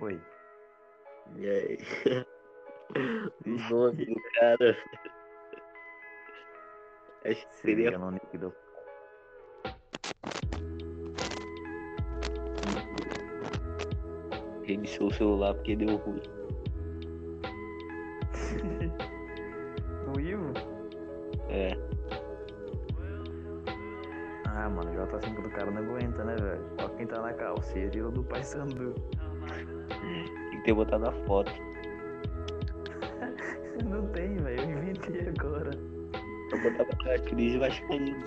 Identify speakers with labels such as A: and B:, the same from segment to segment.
A: Oi.
B: E aí? O nome do cara. Acho que
A: Seria
B: seria.
A: o nome do.
B: Reiniciou o celular porque deu ruim.
A: Do Ivo?
B: É.
A: Ah, mano, o J5 do cara não aguenta, né, velho? Só quem tá na calceira e o do Pai Sandu.
B: Tem que ter botado a foto.
A: Não tem, velho. Eu inventei agora.
B: Eu botava a crise vascaíno.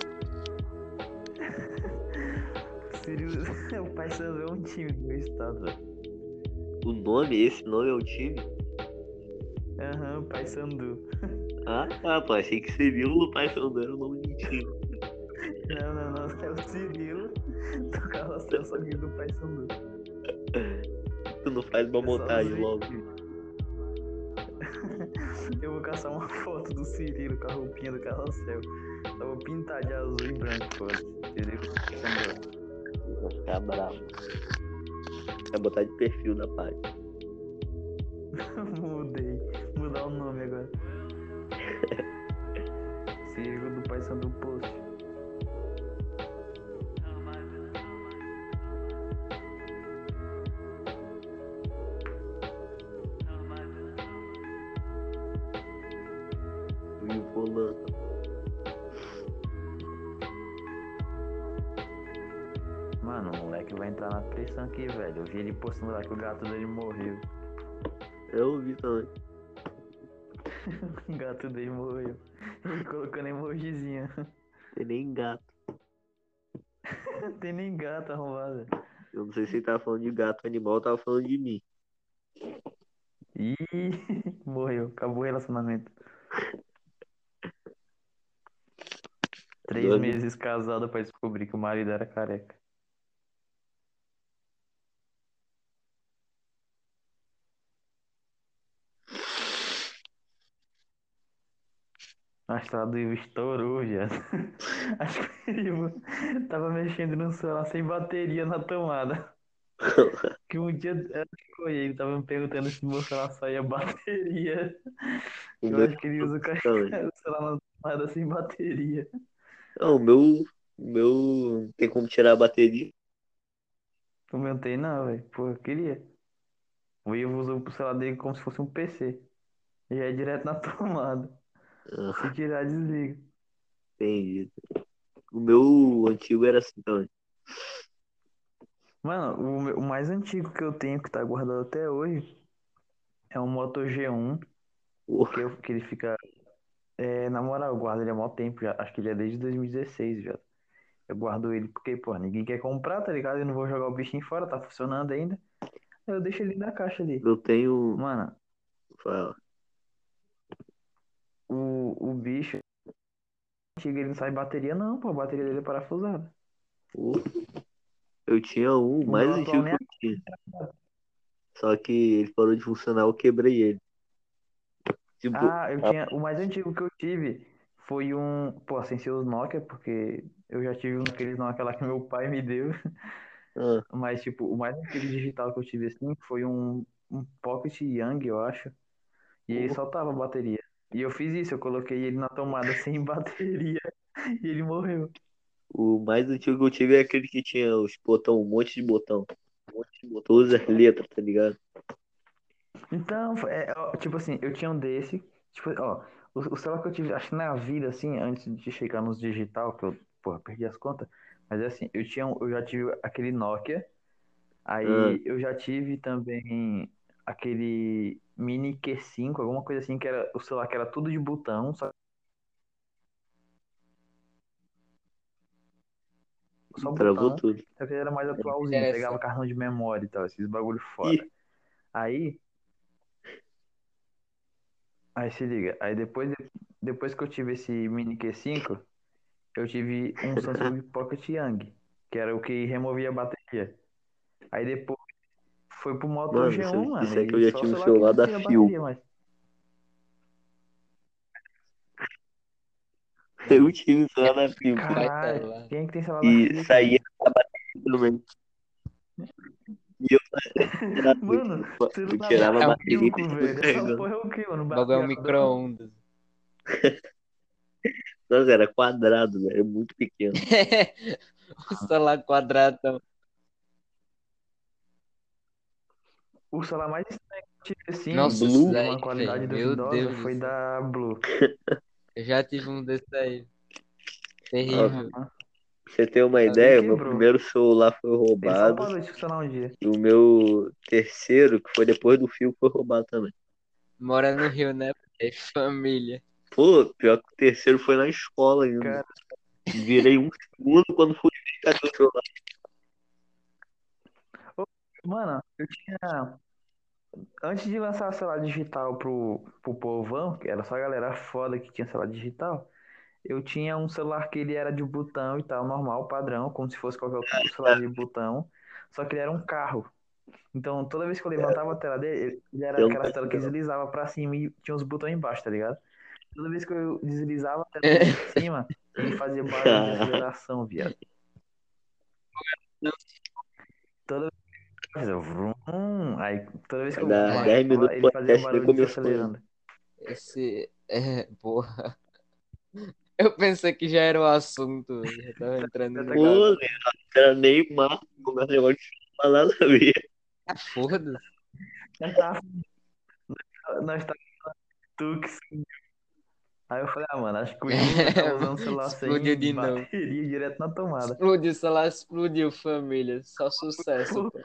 A: Seria o- o Pai Sandu é um time do meu estado, velho.
B: O nome, esse nome é o time?
A: Aham, Pai Sandu.
B: Ah, tá, pô. Achei que Cirilo Pai Sandro era o nome do time.
A: Não, não, não. É o Cirilo do Carrossel, só que do Pai Sandu.
B: Tu não faz uma montagem logo.
A: Eu vou caçar uma foto do Cirilo com a roupinha do carrossel. Eu vou pintar de azul e branco, foda-se. Cirilo Pai Sandu.
B: Vai ficar Tá bravo. Vai botar de perfil na página.
A: Mudei. Mudar o nome agora. Cirilo do Pai Sandu Post.
B: E o volante.
A: Mano, o moleque vai entrar na pressão aqui, velho. Eu vi ele postando lá que o gato dele morreu.
B: Eu ouvi também.
A: O gato dele morreu. Ele colocando emojizinha.
B: Tem nem gato.
A: Não tem nem gato arrombado.
B: Eu não sei se ele tava falando de gato animal ou tava falando de mim.
A: Ih, morreu. Acabou o relacionamento. Três
B: Doido.
A: meses casada pra descobrir que o marido era careca. A estrada do Ivo tá estourou, viado. Acho que o Ivo tava mexendo no celular sem bateria na tomada. Que um dia ela ficou e ele tava me perguntando se meu celular saía bateria. Eu acho que ele usa o
B: Também.
A: carregador, sei lá, na tomada sem bateria.
B: Não, o meu. o Meu. Não tem como tirar a bateria.
A: Comentei não, velho. Pô, eu queria. O Ivo usou o celular dele como se fosse um PC. E é direto na tomada.
B: Ah.
A: Se tirar, desliga.
B: Entendi. O meu antigo era assim também.
A: Mano, o, meu- o mais antigo que eu tenho, que tá guardado até hoje, é um Moto G1,
B: Porra,
A: que, eu- que ele fica. É, na moral, eu guardo ele há maior tempo já. Acho que ele é desde 2016 já. Eu guardo ele porque, pô, ninguém quer comprar, tá ligado? Eu não vou jogar o bichinho fora, tá funcionando ainda. Eu deixo ele na caixa ali.
B: Eu tenho.
A: Mano,
B: Fala.
A: o, o bicho antigo, ele não sai bateria, não, pô. A bateria dele é parafusada.
B: Porra. Eu tinha um o mais
A: meu atual
B: antigo que eu tinha. Só que ele parou de funcionar, eu quebrei ele. Tipo,
A: Ah, eu
B: Ah.
A: tinha. O mais antigo que eu tive foi um. Pô, sem ser os Nokia, porque eu já tive um daqueles Nokia lá que meu pai me deu.
B: ah,
A: Mas, tipo, o mais antigo digital que eu tive assim foi um, um Pocket Young, eu acho. E ele
B: Pô.
A: soltava a bateria. E eu fiz isso, eu coloquei ele na tomada sem bateria e ele morreu.
B: o mais antigo que eu tive é aquele que tinha os botão, um monte de botão. Um monte de botão, todas as letras, tá ligado?
A: Então, foi- é, ó, tipo assim, eu tinha um desse, tipo, ó, o, o celular que eu tive, acho que na vida, assim, antes de chegar nos digital, que eu, porra, perdi as contas, mas é assim, eu tinha, um- eu já tive aquele Nokia, aí
B: Ah.
A: eu já tive também aquele Mini Q5, alguma coisa assim, que era o celular que era tudo de botão, só, só um
B: Travou
A: botão, né?
B: tudo.
A: só que É ele era mais atualzinho,
C: Interessa.
A: pegava cartão de memória e tal, esses bagulho fora.
B: Ih,
A: Aí, aí se liga, aí depois, depois que eu tive esse Mini Q5, eu tive um Samsung Pocket Young, que era o que removia a bateria. Aí depois foi pro Moto
B: Mano, se
A: G1,
B: eu
A: mano,
B: disser
A: e
B: que eu já
A: só
B: tive
A: o
B: o
A: celular que
B: celular
A: não
B: da
A: tinha
B: Phil.
A: bateria, mas
B: eu tive isso lá na fibra.
C: Vai
A: caralho,
C: celular.
A: quem é que tem celular da
B: E
A: Phil, cara?
B: saía a bateria também. E eu tirava,
A: Mano, você não
B: eu
A: tá
B: tirava
C: É
B: a
C: um
B: bateria e
A: maluco,
B: deixava
A: velho. Essa
B: pegando.
A: porra é o quê, mano?
C: O bagulho é um
A: Baseado.
C: micro-ondas.
B: Nossa, era quadrado, velho. Era muito pequeno.
C: o celular então. quadradão.
A: O celular mais estranho que eu tive, assim,
C: Nossa,
B: Blue.
C: isso
A: de
C: daí,
A: uma qualidade
C: velho, meu
A: duvidosa,
C: Deus do
A: foi
C: céu.
A: da Blue.
C: Eu já tive um desse aí. Terrível.
B: Pra Você tem uma
C: Alguém
B: ideia? Meu
A: Tá quebrou.
B: primeiro celular foi
A: Ele só
B: roubado.
A: parou de funcionar um dia.
B: E o meu terceiro, que foi depois do fio, foi roubado também.
C: Mora no Rio, né? É família.
B: Pô, pior que o terceiro foi na escola ainda.
A: Cara.
B: Virei um segundo quando fui ficar do celular.
A: Mano, eu tinha. Antes de lançar o celular digital pro, pro povão, que era só a galera foda que tinha celular digital, eu tinha um celular que ele era de botão e tal, normal, padrão, como se fosse qualquer outro celular de botão, só que ele era um carro. Então, toda vez que eu levantava a tela dele, ele era
B: Eu
A: aquela
B: não-
A: tela que deslizava pra cima e tinha os botões embaixo, tá ligado? Toda vez que eu deslizava a tela
C: É.
A: pra cima, ele fazia barulho de aceleração, viado. Toda vez que eu vrum, aí toda vez que eu
B: Dá
A: baixava,
B: 10 minutos
A: ele
B: pro
A: fazia
B: podcast,
A: barulho
B: nem começou
A: desacelerando.
C: Esse. É, porra. Eu pensei que já era o assunto. velho. Eu tava entrando
A: Tá
C: no
B: Pô,
C: negócio.
B: né? era Neymar. Começa o negócio de falar nada a ver.
C: Ah, foda-se.
A: Nós tava, nós tá, tava Tux. Aí eu falei, ah, mano, acho que o Júnior tava usando o celular
C: Explodiu
A: sem
C: de novo.
A: bateria direto na tomada.
C: Explodiu, sei lá, explodiu, família. Só sucesso. pô.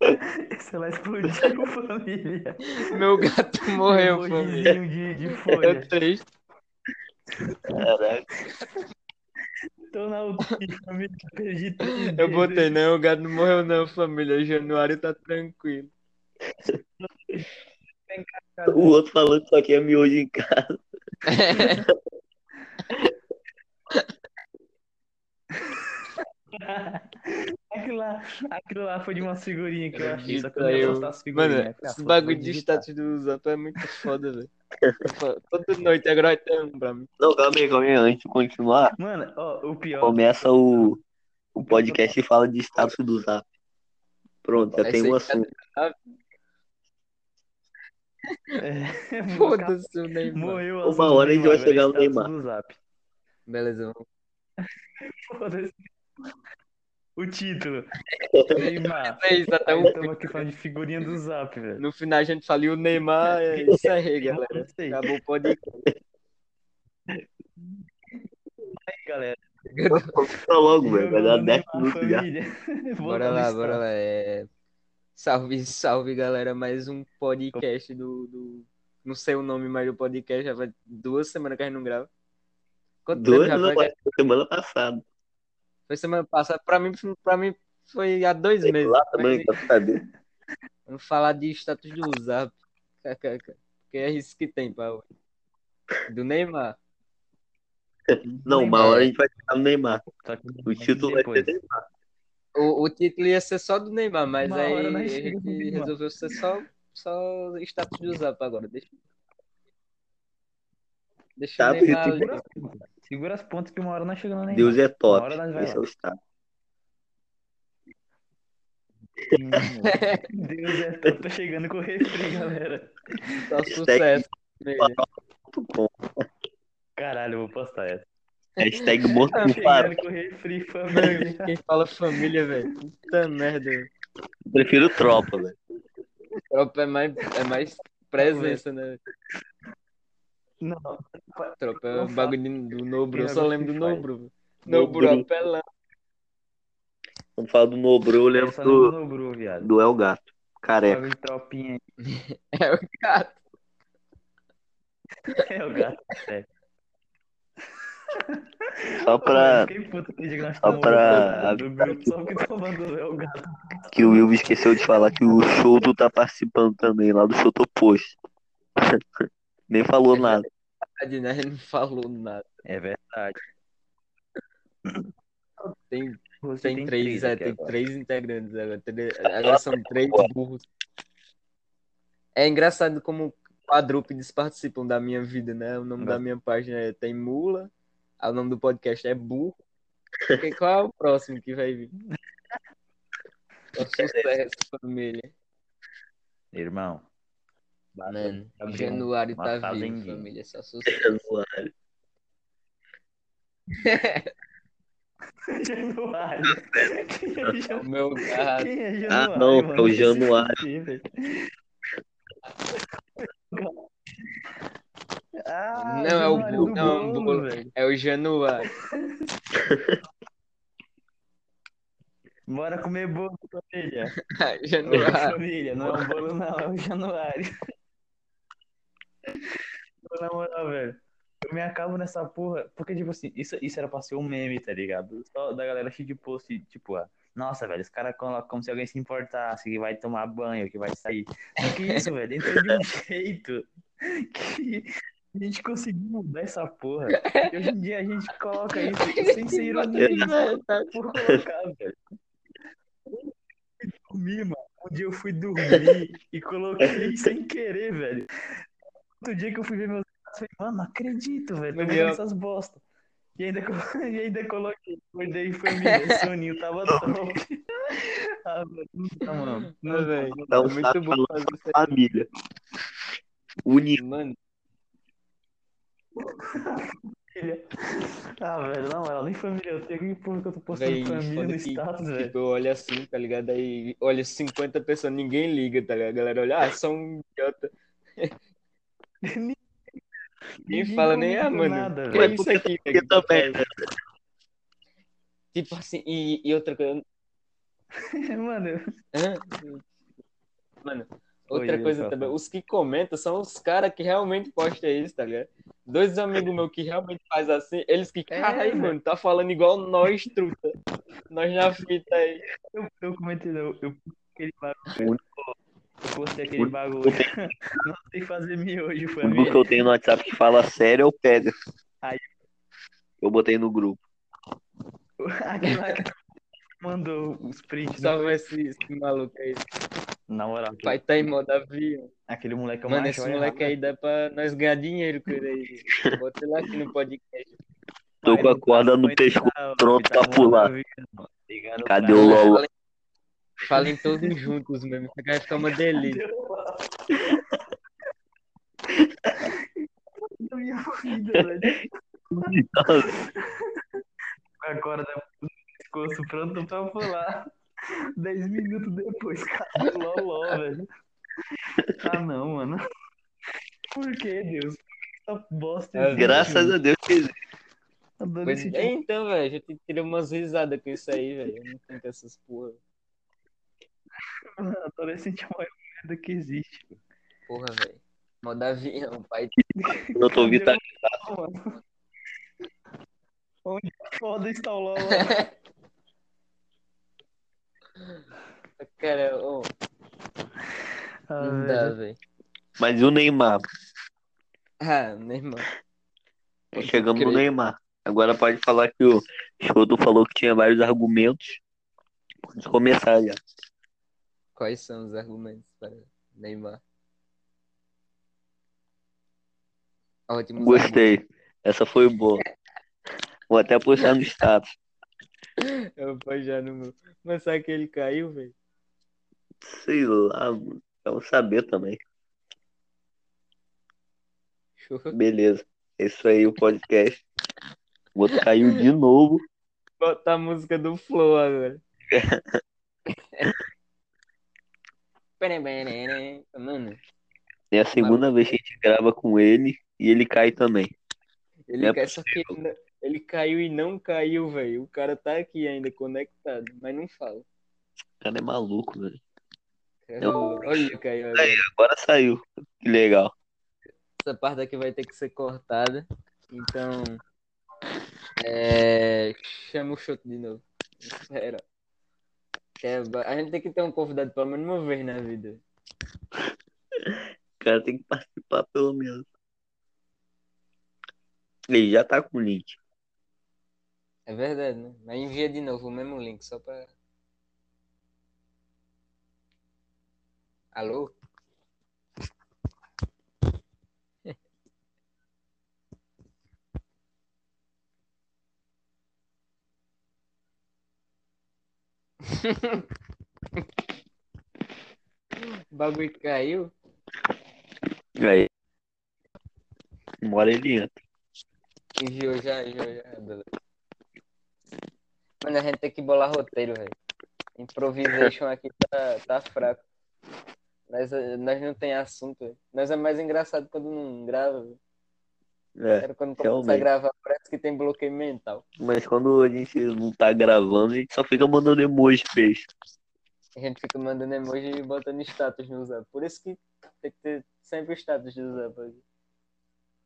A: O celular explodiu, família.
C: Meu gato morreu, família.
A: Emojizinho de, de
C: Eu
A: folha.
C: triste.
B: Caraca,
A: Tô na UTI, família. Perdi tudo.
C: Eu botei, não, o gato não morreu não, família. Januário tá tranquilo.
B: o outro falando que só tinha miojo em casa.
A: Aquilo lá, aquilo lá foi de uma figurinha que eu achei. Só que eu
C: Acredita,
A: não ia
C: eu-
A: postar as figurinhas.
C: Mano,
A: Eu falei, ah,
C: esse
A: foda-se,
C: bagulho
A: vou
C: de
A: digitar.
C: status do Zap é muito foda, velho. Eu falo, Toda noite agora é um pra mim.
B: Não, calma aí, calma aí. Antes de continuar,
A: Mano, ó, o pior.
B: começa o, o podcast e fala de status do zap. Pronto, já
C: Vai
B: tem
C: ser
B: um assunto.
A: É,
C: Foda-se o Neymar.
A: Morreu
B: Uma hora a gente vai chegar no Neymar.
A: Do tá zap.
C: Beleza, vamos.
A: Foda-se. O título. Neymar.
C: É isso, até
A: Aí
C: o...
A: estamos aqui falando de figurinha do Zap, velho.
C: No final a gente faliu o Neymar. É
A: Então,
C: isso aí, galera. Tá
A: Não sei,
C: Acabou o podcast.
A: galera.
B: Começa Tá logo, velho. Vai dar
A: Jogando
B: 10
A: Neymar,
B: minutos já.
A: família.
C: Bora
A: Voltando
C: lá,
A: ao
C: bora lá. é. Salve, salve, galera. Mais um podcast do, do. Não sei o nome mais do podcast. Já faz duas semanas que a gente não grava. Quanto tempo
B: Dois
C: já
B: não,
C: foi?
B: mas foi semana passada.
C: Foi semana passada. Pra mim, pra mim foi há dois
B: Sei
C: meses.
B: lá
C: Mas,
B: também, tá quero saber.
C: Vamos falar de status do Zap. KKK, Porque é isso que tem, pau. Do Neymar.
B: Não, uma
C: Neymar.
B: hora a gente vai chegar no Neymar.
A: Só que
B: O título vai
A: depois.
B: ser Neymar.
C: O, o título ia ser só do Neymar, mas
A: Uma
C: aí
A: hora nós
C: a
A: chegamos no
C: gente
A: Neymar.
C: resolveu ser só, só status do Zap agora. Deixa, deixa o
B: Status do
C: Neymar.
B: Twitter.
C: ali.
A: Segura as pontas que uma hora nós chegamos no Neymar.
B: Deus é
A: Uma
B: top.
A: hora nós vai
B: Esse é
A: lá.
B: o status.
A: Deus é top. Tô chegando com o refri, galera.
C: Só
B: Hashtag,
C: sucesso. família.
B: com-
A: Caralho, eu vou postar essa.
B: hashtag morto
A: Tô
B: com farol.
A: chegando com o refri, família.
C: Quem fala família, velho. Puta merda. velho.
B: Prefiro tropa, velho.
C: Tropa é mais, é mais presença, né?
A: Não,
C: Tropa é o bagulho de- do Nobru.
A: é
C: Eu só lembro do Nobru. velho. é
B: Nobru.
C: Nobru apelão.
B: Vamos falar do Nobru, eu
A: eu
B: lembro
A: só lembro
B: do,
A: é do Nobru, viado.
B: do El Gato. Careca.
A: Bagulho de tropinha aí.
C: É o cara.
A: É o gato.
B: Só
A: Mano,
B: pra
A: eu Fiquei puto que nós
B: só
A: tomamos
B: pra
A: do grupo, só porque tu mandou é o gato.
B: que o Will esqueceu de falar que o Shoto tá participando também, lá do Shoto Post. Nem falou nada.
C: né? Ele não falou nada.
A: É verdade.
C: Tem, tem, três, é, tem três integrantes agora. Três- Agora são três burros. É engraçado como quadrúpedes participam da minha vida, né? O nome
A: Não.
C: ah, da minha página é Tem Mula. aí O nome do podcast é Burro. Quem- Qual é o próximo que vai vir? Só Sucesso, família.
A: Irmão. bata-
C: Mano,
A: tá bom.
C: Januário
A: uma
C: tá vivo,
A: fazendinha.
C: família. Só sucesso.
B: Januário.
A: Januário. Quem é
C: O
A: Januário?
C: meu gato.
A: Quem é
B: Ah,
A: Januário?
B: não, é
A: mano?
B: o
A: Isso é
B: Januário.
A: impossível. Ah,
C: Não, é o
A: Januário
C: bolo,
A: do
C: não, é um
A: bolo,
C: bolo.
A: velho.
C: É o Januário.
A: Bora comer bolo, família. Ô,
C: Januário.
A: família, não é um bolo, não, é o Januário. Pô, Na moral, velho. Eu me acabo nessa porra. Porque, tipo assim, isso, isso era pra ser um meme, tá ligado? Só da galera cheia de post, tipo, ah, nossa, velho, os caras colocam como se alguém se importasse, que vai tomar banho, que vai sair. Só que isso, velho, entrou de um jeito que a gente conseguiu mudar essa porra. E hoje em dia a gente coloca isso sem ser ironia, né? a gente
C: Tá
A: por colocar, velho. Eu Dormi, mano. Um dia eu fui dormir e coloquei sem querer, velho. Outro dia que eu fui ver meus gatos, eu falei, mano, não acredito, velho. Eu
C: Meu
A: vou
C: Deus.
A: essas bostas. E ainda, co- e ainda coloquei, acordei família, soninho, tava top. Ah, velho, não dá, mano. Não,
C: Ah, velho,
B: Dá
C: é
B: um
C: muito
B: salve
C: bom
B: pra
C: fazer isso
B: família. Único.
C: aí, assim, mano.
A: família. Ah, velho, na moral, nem família eu tenho. Que porra que eu tô postando
C: Véi,
A: família
C: foda
A: no
C: que-
A: status, velho.
C: Tipo, eu olho assim, tá ligado? Aí olha 50 pessoas, ninguém liga, tá ligado? A galera olha, ah, só um idiota. Ninguém fala nem, ah,
A: comentou
C: mano,
A: nada, velho.
C: que é isso aqui, velho,
B: Porque
C: que tá
B: também,
C: fazendo? Tipo assim, e, e outra coisa.
A: Mano, eu-
C: Hã? Mano, outra
A: Oi,
C: coisa
A: Rafa.
C: também, os que comentam são os caras que realmente postam isso, tá ligado? Dois amigos meus que realmente faz assim, eles que,
A: É,
C: caralho,
A: velho.
C: mano, tá falando igual nós, truta. Nós na fita aí.
A: Eu, eu comentei, não, eu postei aquele
B: O
A: bagulho. Eu postei aquele bagulho. Não sei fazer miojo,
B: O único que
A: família.
B: eu tenho no WhatsApp que fala sério é o Pega.
A: Aí.
B: Eu botei no grupo.
A: Aquele lá que mandou os prints. né?
C: Salve esse, esse maluco aí.
A: Na moral,
C: Pai tá em modo avião.
A: aquele moleque é uma
C: Mano, esse
A: joia,
C: moleque
A: rapaz.
C: aí dá pra nós ganhar dinheiro com ele aí. Bota ele aqui no podcast.
B: Tô com a corda no
A: Vai
B: pescoço.
A: tá-
B: tronco
A: vai
B: tá pulado.
A: maravilhoso, ligado
B: Cadê
A: pra-
B: o Lolo?
C: Falem, falem todos juntos mesmo. Isso aqui vai ficar uma delícia.
A: Da minha vida, velho. Agora dá pro pescoço pronto pra pular. Dez minutos depois, cara, loló, velho. Ah, não, mano. Por que, Deus? Essa bosta.
C: É,
A: existe,
B: Graças
A: mano.
B: a Deus que existe.
A: Tá dando
C: Pois
A: esse
C: é, então, velho, a gente tirou umas risadas com isso aí, velho. Eu não canto essas porra.
A: Mano, adolescente é a maior merda que existe.
C: Porra, velho. Modo avião, pai. tá
B: Quando eu tô tá- vital.
A: Não, mano. Onde foda está o LOL?
C: Cara, ô, não dá,
A: Ah,
C: velho.
B: Mas e o Neymar?
C: Ah, meu irmão.
B: Chegamos no
C: crer.
B: Neymar. Agora pode falar que o Chodo falou que tinha vários argumentos. Pode começar já.
C: Quais são os argumentos para Neymar? Ótimo.
B: Gostei. Essa foi boa. Vou até postar no status.
C: Eu vou já no meu. Mas sabe que ele caiu, velho?
B: Sei lá, mano. Quero saber também. Beleza. É Isso aí, o podcast. Vou caiu de novo.
C: Bota a música do Flow agora. Mano,
B: É a segunda vez que a gente grava com ele e ele cai também.
C: ele,
B: Não é
C: cai, só que ele, não- ele caiu e não caiu, velho. O cara tá aqui ainda conectado, mas não fala.
B: O cara é maluco, velho.
C: Cara, Olha, caiu agora.
B: Agora saiu. Que legal.
C: essa parte aqui vai ter que ser cortada. Então. É... Chama o chute de novo. Espera. É, ba- a gente tem que ter um convidado pelo menos uma vez na vida.
B: O cara tem que participar pelo menos. Ele já tá com o link.
C: É verdade, né? Mas envia de novo o mesmo link, só pra. Alô? O bagulho caiu.
B: Aí. Mora ele entra.
C: Enviou já, enviou já. Beleza. Mano, a gente tem que bolar roteiro, velho. Improvisation aqui tá, tá fraco. Nós, eh, nós não tem assunto, velho. Nós é mais engraçado quando não grava, velho.
B: É.
C: Cara, Quando começa a
B: realmente.
C: gravar, parece que tem bloqueio mental.
B: Mas quando a gente não tá gravando, a gente só fica mandando emoji peixe.
C: A gente fica mandando emoji e botando status no zap. Por isso que tem que ter sempre status do zap aqui.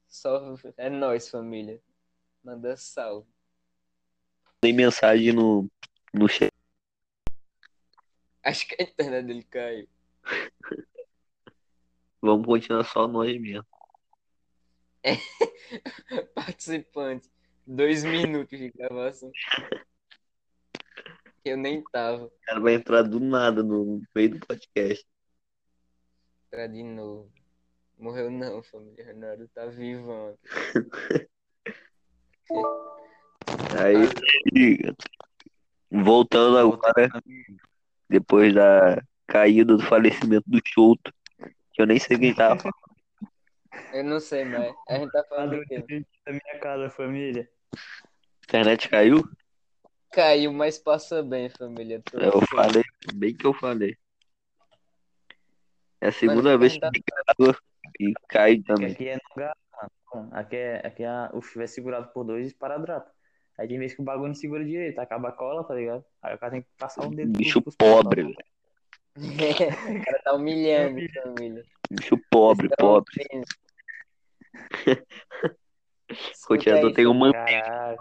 C: Só é nóis, família. Manda salve.
B: Tem mensagem no, no chat.
C: Acho que a internet dele caiu.
B: Vamos continuar só nós mesmo.
C: Participante. Dois minutos de gravação. Eu nem tava.
B: O cara vai entrar do nada no meio do podcast.
C: Tá de novo. Morreu não, família. Renato tá vivão.
B: Aí, fica. voltando agora, depois da caída do falecimento do Chouto, que eu nem sei quem tava falando.
C: Eu não sei mais. A gente tá falando do quê?
A: Padrão da minha casa, família.
B: A internet caiu?
C: Caiu, mas passa bem, família. Tô-
B: Eu falei, bem que eu falei. É a segunda
C: Mano,
B: vez que
C: ainda-
B: grava e cai também.
A: Aqui é no gato, mano. Aqui é, aqui é o chuveiro segurado por dois esparadrapos. Aí tem vez que o bagulho não segura direito, acaba a cola, tá ligado? Aí o cara tem que passar um dedo.
B: Bicho
A: pros-
B: pobre, velho.
C: o cara tá humilhando, família.
B: Bicho pobre,
C: Tá
B: pobre.
C: ouvindo. assim, Escuta
B: Coteador
C: aí,
B: tem uma.
A: Caralho.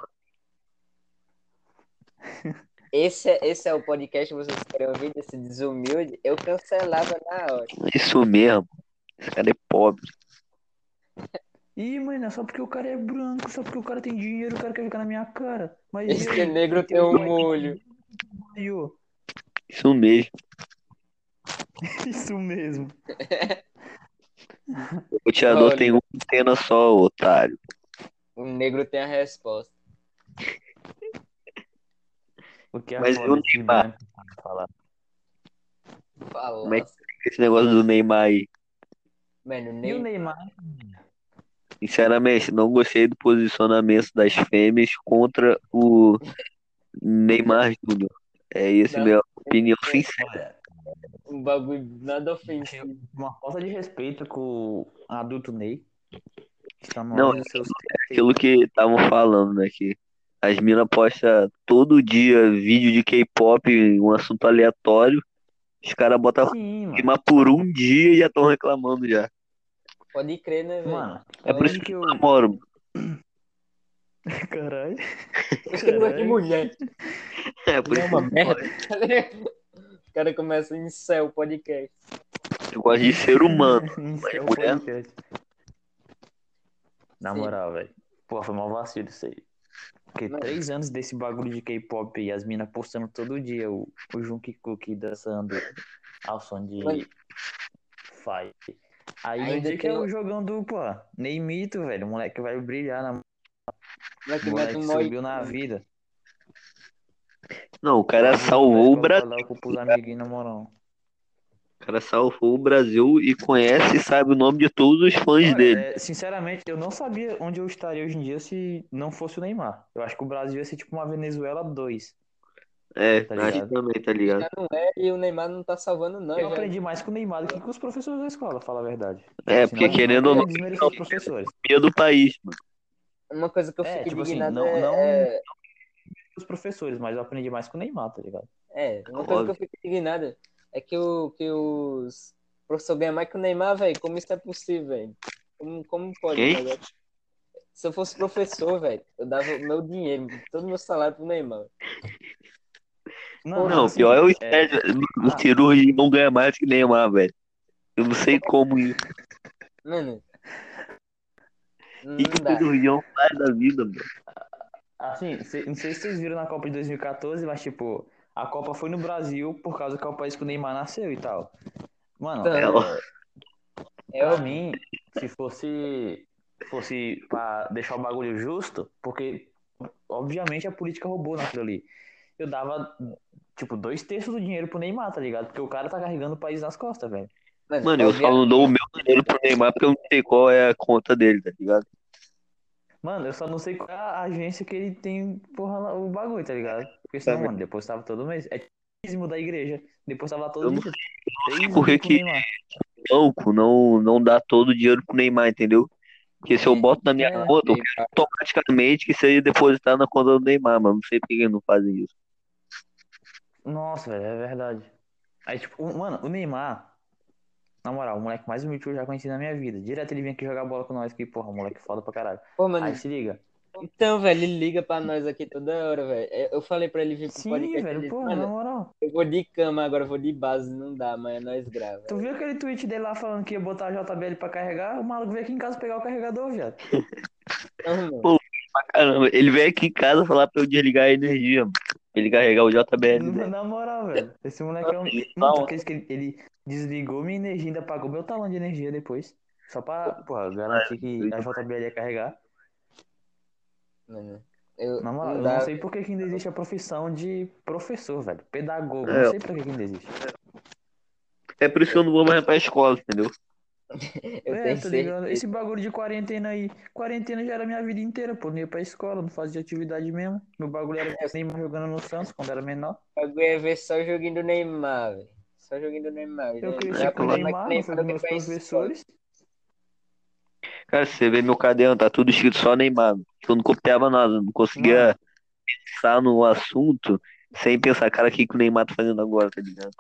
C: Esse, é- esse é o podcast que vocês querem ouvir desse desumilde. Eu cancelava na hora.
B: Isso mesmo. Esse cara é pobre.
A: Ih, mano, é só porque o cara é branco, só porque o cara tem dinheiro, o cara quer jogar na minha cara. Mas
C: Esse
A: eu,
C: que é negro tem um molho.
A: eu-
B: Isso mesmo.
A: Isso mesmo.
B: O coteador
C: Olha.
B: tem uma antena só, otário.
C: O negro tem a resposta.
A: O que é
B: Mas
A: foda
B: eu
A: de
B: Neymar.
A: branco, pra falar.
C: Fala.
B: Como é Esse negócio do Neymar aí.
C: Mano,
A: né? E o
C: nem
A: Neymar?
B: Sinceramente, não gostei do posicionamento das fêmeas contra o Neymar Júnior. É isso,
C: Não.
B: minha opinião sincera.
A: Olha,
C: um bagulho nada
A: achei
C: ofensivo.
A: uma falta de respeito com o adulto Ney. que Está no
B: Não,
A: auge dos seus
B: aquilo que estavam falando, né? Que as minas postam todo dia vídeo de K-pop, um assunto aleatório. Os caras botam
A: Sim, mano.
B: queimar por um dia e já estão reclamando já.
C: Pode crer, né, velho?
A: Mano,
B: É por
A: além
B: isso
A: que eu.
B: Eu namoro.
A: Caralho.
C: Você não é de mulher.
B: É por
C: Não é
B: isso
C: uma
B: que
C: merda. tá ligado? O cara começa em céu o podcast.
B: eu gosto de ser humano.
A: Isso
B: mas
A: é o
B: mulher-
A: podcast. Na
C: Sim.
A: moral, velho. Pô, foi mal vacilo isso aí. Porque
C: Não.
A: três anos desse bagulho de K-pop e as minas postando todo dia o, o Jungkook dançando ao som de
C: Mano.
A: Fire. Aí no
C: Ainda
A: dia que é
C: tem
A: o
C: o-
A: jogão duplo, ó. Nem mito, velho. O moleque vai brilhar na
C: Mas
A: o
C: que mete
A: moleque
C: um
A: subiu
C: mói.
A: na vida.
B: Não, o cara salvou o Brasil.
A: Com os amiguinhos na moral.
B: O cara salvou o Brasil e conhece e sabe o nome de todos os fãs
A: Olha,
B: dele.
A: é, sinceramente, eu não sabia onde eu estaria hoje em dia se não fosse o Neymar. Eu acho que o Brasil ia ser tipo uma Venezuela 2.
B: É,
A: tá
B: acho
A: ligado?
B: que também, tá ligado?
C: Já não é e o Neymar não tá salvando, não.
A: Eu
C: já.
A: aprendi mais com o Neymar do que com os professores da escola, fala a verdade.
B: É, porque
A: Senão,
B: querendo
A: eu
B: ou não,
A: ia desmerecer os professores.
B: é do país, mano.
C: Uma coisa que eu
A: É,
C: fico
A: tipo assim,
C: indignado
A: não-
C: é-
A: não-
C: é...
A: Os professores, mas eu aprendi mais com o Neymar, tá ligado?
C: É, uma coisa que
B: Óbvio.
C: eu fico indignada é que, o, que os professor ganha mais que o Neymar, velho. Como isso é possível, velho? Como, como pode?
B: Quem?
C: tá ligado? Se eu fosse professor, velho, eu dava o meu dinheiro, todo o meu salário pro Neymar.
B: Não,
A: assim,
B: o pior é o Sérgio. O cirurgião não ganha mais que Neymar, velho. Eu não sei como isso.
C: Mano, não
B: O que, que o
C: dá.
B: cirurgião faz da vida, mano?
A: Assim, cê- não sei se vocês viram na Copa de 2014, mas tipo, a Copa foi no Brasil por causa que é o país que o Neymar nasceu e tal. Mano,
C: Tá.
A: é-
C: É
A: Pra
C: óbvio.
A: mim, se fosse fosse para deixar o bagulho justo, porque obviamente a política roubou naquilo ali. eu dava, tipo, dois terços do dinheiro pro Neymar, tá ligado? Porque o cara tá carregando o país nas costas, velho.
C: é
B: Mano, eu só não dou o meu dinheiro pro Neymar porque eu não sei qual é a conta dele, tá ligado?
A: Mano, eu só não sei qual é a agência que ele tem, porra, lá- o bagulho, tá ligado? Porque senão,
B: Também.
A: mano, depois tava todo mês. É dízimo da igreja. Depois tava todo
B: Eu não
A: dia.
B: sei
A: Três
B: por que
A: mil pro
B: que-
A: Neymar.
B: Banco não, não dá todo o dinheiro pro Neymar, entendeu? Porque se eu boto na minha
C: É,
B: conta, eu
C: Neymar.
B: quero automaticamente que seja depositado na conta do Neymar, mano. Não sei por que eles não fazem isso.
A: Nossa, velho, é verdade. Aí, tipo, o- mano, o Neymar, na moral, o moleque mais humilde que eu já conheci na minha vida. Direto ele vinha aqui jogar bola com nós, que, porra, moleque foda pra caralho.
C: Pô, mano,
A: Aí se liga.
C: então, velho, ele liga pra nós aqui toda hora, velho. É, Eu- Eu falei pra ele vir pro
A: Sim,
C: podcast. ele
A: velho,
C: disse,
A: porra,
C: mano,
A: na moral.
C: eu vou de cama agora, eu vou de base, não dá, mas é nós grava.
A: Tu viu aquele tweet dele lá falando que ia botar a JBL pra carregar? O maluco veio aqui em casa pegar o carregador, viado.
C: Então, mano,
B: Pra caramba, ele vem aqui em casa falar pra eu desligar a energia, mano. Ele carregar o JBL.
A: Na
B: dele.
A: na moral, velho. Esse moleque é um.
B: É, né? Ele
A: Mano, tu
B: fala,
A: acredita que ele, ele desligou minha energia, ainda pagou meu talão de energia depois. Só pra, porra, garantir
B: É,
A: que a JBL ia carregar.
C: mano, eu,
A: Na moral,
C: não
A: eu
C: dá.
A: não sei por que que ainda existe a profissão de professor, velho. Pedagogo,
B: É.
A: não sei por que que ainda existe.
B: É por isso que eu não vou mais pra escola, entendeu?
C: Eu
A: é,
C: tenho
A: tá ligado?
C: certeza.
A: Esse bagulho de quarentena aí. Quarentena já era minha vida inteira, pô. Não ia pra escola, não fazia atividade mesmo. Meu bagulho era Neymar jogando no Santos quando era menor.
C: O bagulho é ver só o joguinho do Neymar, velho. Só o joguinho do Neymar.
A: Eu
C: né?
A: cresci
C: Já
A: com o
C: falou
A: Neymar,
C: que
A: não fui com meus
C: vai em escola.
A: professores.
B: Cara, se você vê meu caderno, tá tudo escrito só Neymar. mano. Eu não copiava nada, não conseguia pensar no assunto sem pensar, cara, o que, que o Neymar tá fazendo agora, tá ligado?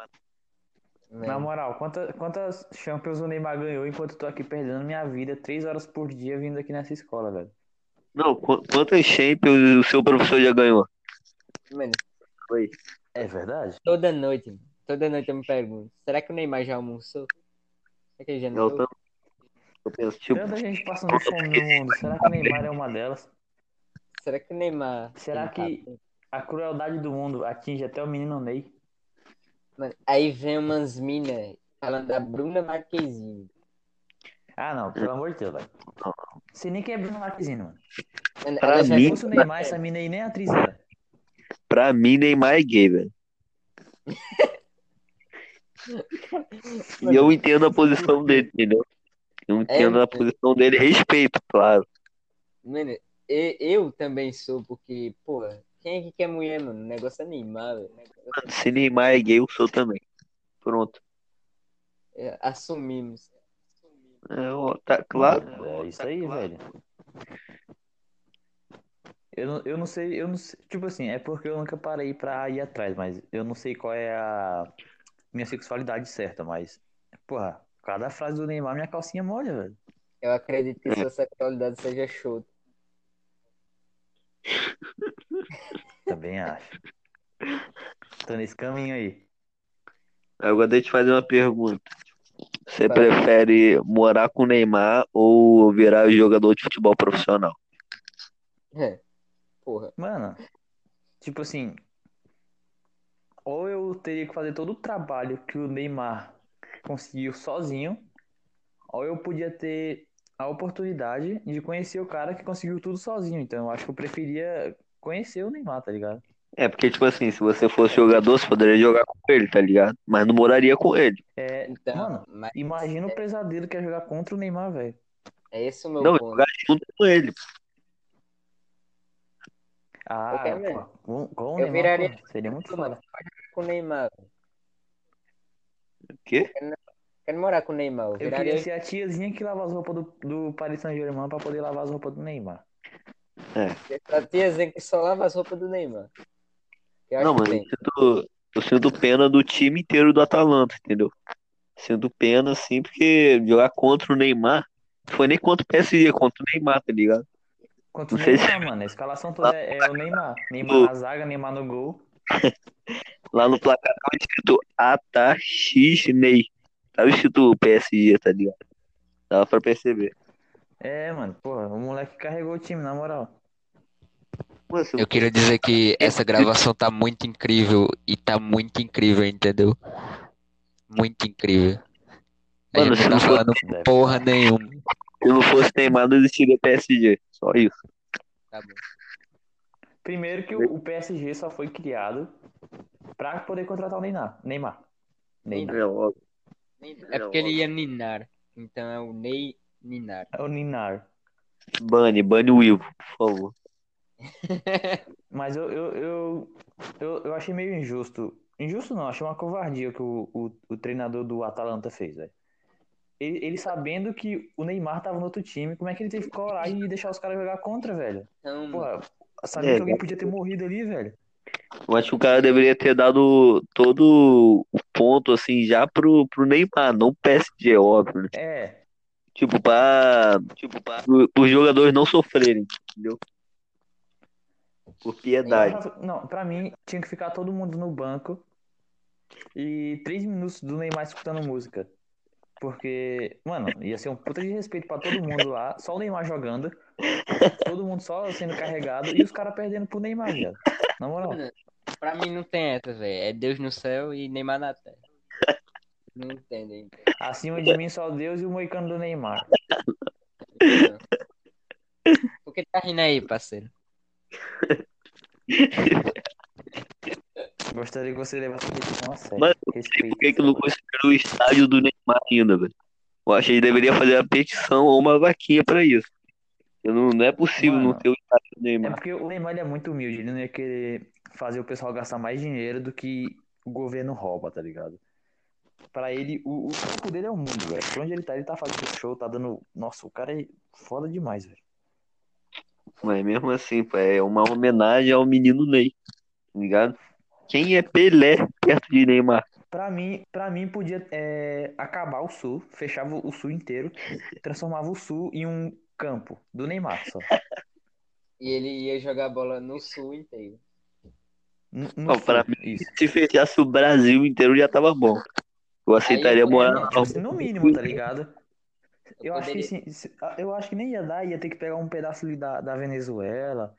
C: Né?
A: Na moral, quanta- quantas Champions o Neymar ganhou enquanto eu tô aqui perdendo minha vida três horas por dia vindo aqui nessa escola, velho?
B: Não, qu- quantas Champions o seu professor já ganhou?
C: Mano,
B: Foi.
A: É verdade?
C: toda noite, mano, toda noite eu me pergunto, será que o Neymar já almoçou? Será que ele já
B: Eu,
C: não
B: tam- eu penso, tipo,
A: Tanta gente passando fome no mundo. Será que o Neymar é uma delas?
C: Será que o Neymar.
A: Será
C: tem
A: que- A crueldade do mundo atinge até o menino Ney.
C: Mano, aí vem umas minas falando da Bruna Marquezine.
A: Ah, não, pelo amor de Deus, velho. Você nem quer Bruno Marquezine, mano.
C: Mano,
B: Pra
C: ela já
A: Se
B: mim-
A: fosse o Neymar, essa mina aí nem é atriz era.
B: pra mim, Neymar é gay, velho. E eu entendo a posição dele, entendeu? Eu entendo a posição dele, respeito, claro.
C: Mano, e- eu também sou, porque, pô, quem é que quer mulher, mano? O negócio é Neymar, velho. O negócio
B: Mano, se Neymar é gay, eu sou também. Pronto.
C: é- Assumimos.
B: É, ó, tá claro.
A: É isso aí, velho. Eu não, eu não sei, eu não sei. Tipo assim, é porque eu nunca parei pra ir atrás, mas eu não sei qual é a minha sexualidade certa, mas. Porra, cada frase do Neymar, minha calcinha molha, velho.
C: Eu acredito que sua sexualidade seja show.
A: Também acho. Tô nesse caminho aí.
B: Agora deixa eu te fazer uma pergunta. Você
C: Vai.
B: prefere morar com o Neymar ou virar jogador de futebol profissional?
C: Porra.
A: Mano, tipo assim, ou eu teria que fazer todo o trabalho que o Neymar conseguiu sozinho, ou eu podia ter a oportunidade de conhecer o cara que conseguiu tudo sozinho. Então eu acho que eu preferia conhecer o Neymar, tá ligado?
B: É, porque, tipo assim, se você fosse jogador, você poderia jogar com ele, tá ligado? Mas não moraria com ele.
A: É,
C: Então,
A: mano,
C: mas
A: imagina o pesadelo que é jogar contra o Neymar, velho.
C: é esse o meu
B: Não,
C: ponto.
B: jogar junto com ele.
A: Ah,
C: Eu quero ver.
A: pô, com, com o
C: Eu
A: Neymar,
C: viraria-
A: pô, seria muito
C: Mano,
A: foda.
C: um com o Neymar. velho.
B: O quê?
C: Quero morar com o Neymar. Eu
A: Eu
C: viraria um
A: queria ser a tiazinha que lava as roupas do, do Paris Saint-Germain pra poder lavar as roupas do Neymar.
C: essa tiazinha que só lava as roupas do Neymar. Eu acho
B: Não,
C: que
B: mano, eu
C: tem.
B: sinto, eu sinto pena do time inteiro do Atalanta, entendeu? Sinto pena, assim, porque jogar contra o Neymar, não foi nem contra o PSG, contra o Neymar, tá ligado?
A: Quanto o
B: Não sei se-
A: Neymar, mano. A escalação toda é, é o Neymar. Neymar na zaga, Neymar no gol.
B: Lá no placar tava escrito ATX Ney. Tava escrito PSG, tá ligado? Dava pra perceber.
A: É, mano, porra, o moleque carregou o time, na moral.
B: Mano, se
D: Eu queria dizer que essa gravação tá muito incrível e tá muito incrível, entendeu? Muito incrível. A
B: Mano,
D: gente não tá
B: se não
D: falando
A: Deve.
D: porra nenhuma.
B: se não fosse Neymar, não existiria PSG. Só isso.
C: Tá bom.
A: Primeiro que o, o PSG só foi criado pra poder contratar o Neymar. Neymar. Neymar.
B: É óbvio.
C: É porque ele ia ninar. Então é o Ney Ninar.
A: É o Ninar.
B: Bane, bane o Ivo, por favor.
A: Mas eu, eu, eu, eu, eu achei meio injusto. Injusto não, achei uma covardia o que o, o, o treinador do Atalanta fez, velho. Ele, ele sabendo que o Neymar tava no outro time, como é que ele teve coragem de deixar os caras jogar contra, velho?
C: Então,
A: Porra, sabia
B: É,
A: que alguém
B: velho.
A: podia ter morrido ali, velho.
B: Eu acho que o cara deveria ter dado todo o ponto, assim, já pro, pro Neymar, não PSG, óbvio, né?
A: É,
B: Tipo, pra, tipo, pra o- os jogadores não sofrerem, entendeu? Por piedade.
A: eu tava- não, pra mim tinha que ficar todo mundo no banco e três minutos do Neymar escutando música. Porque, mano, ia ser um puta de respeito pra todo mundo lá, só o Neymar jogando, todo mundo só sendo carregado e os caras perdendo pro Neymar, velho. Na moral.
C: pra mim não tem essa, velho. É Deus no céu e Neymar na terra. Não entendem.
A: Acima de mim só Deus e o moicano do Neymar.
C: Não. Por que tá rindo aí, parceiro?
A: Gostaria que você levasse a questão a sério.
B: Mas
A: Respeito.
B: Por que que não construíram o estádio do Neymar ainda, velho? Eu acho que ele deveria fazer uma petição ou uma vaquinha pra isso. Eu não, não é possível não
A: Mano.
B: ter o estádio do
A: É
B: Neymar.
A: porque o Neymar ele é muito humilde, ele não ia querer fazer o pessoal gastar mais dinheiro do que o governo rouba, tá ligado? Pra ele, o, o foco dele é o mundo, velho. Pra onde ele tá, ele tá fazendo show, tá dando. Nossa, o cara é foda demais, velho.
B: Mas mesmo assim, pô, é uma homenagem ao menino Ney, tá ligado? Quem é Pelé perto de Neymar?
A: Pra mim, pra mim podia é, acabar o Sul, fechava o Sul inteiro, transformava o Sul em um campo do Neymar só.
C: E ele ia jogar bola no sul inteiro.
A: No- no
B: Não,
A: Sul,
B: pra mim,
A: isso.
B: Se fechasse o Brasil inteiro já tava bom. Eu aceitaria
C: Aí,
B: morar
C: né,
A: Não,
B: na
A: tipo assim, no mínimo, tá ligado? Eu acho que
C: poderia-
A: sim, se- ah, eu acho que nem ia dar, ia ter que pegar um pedaço ali da, da Venezuela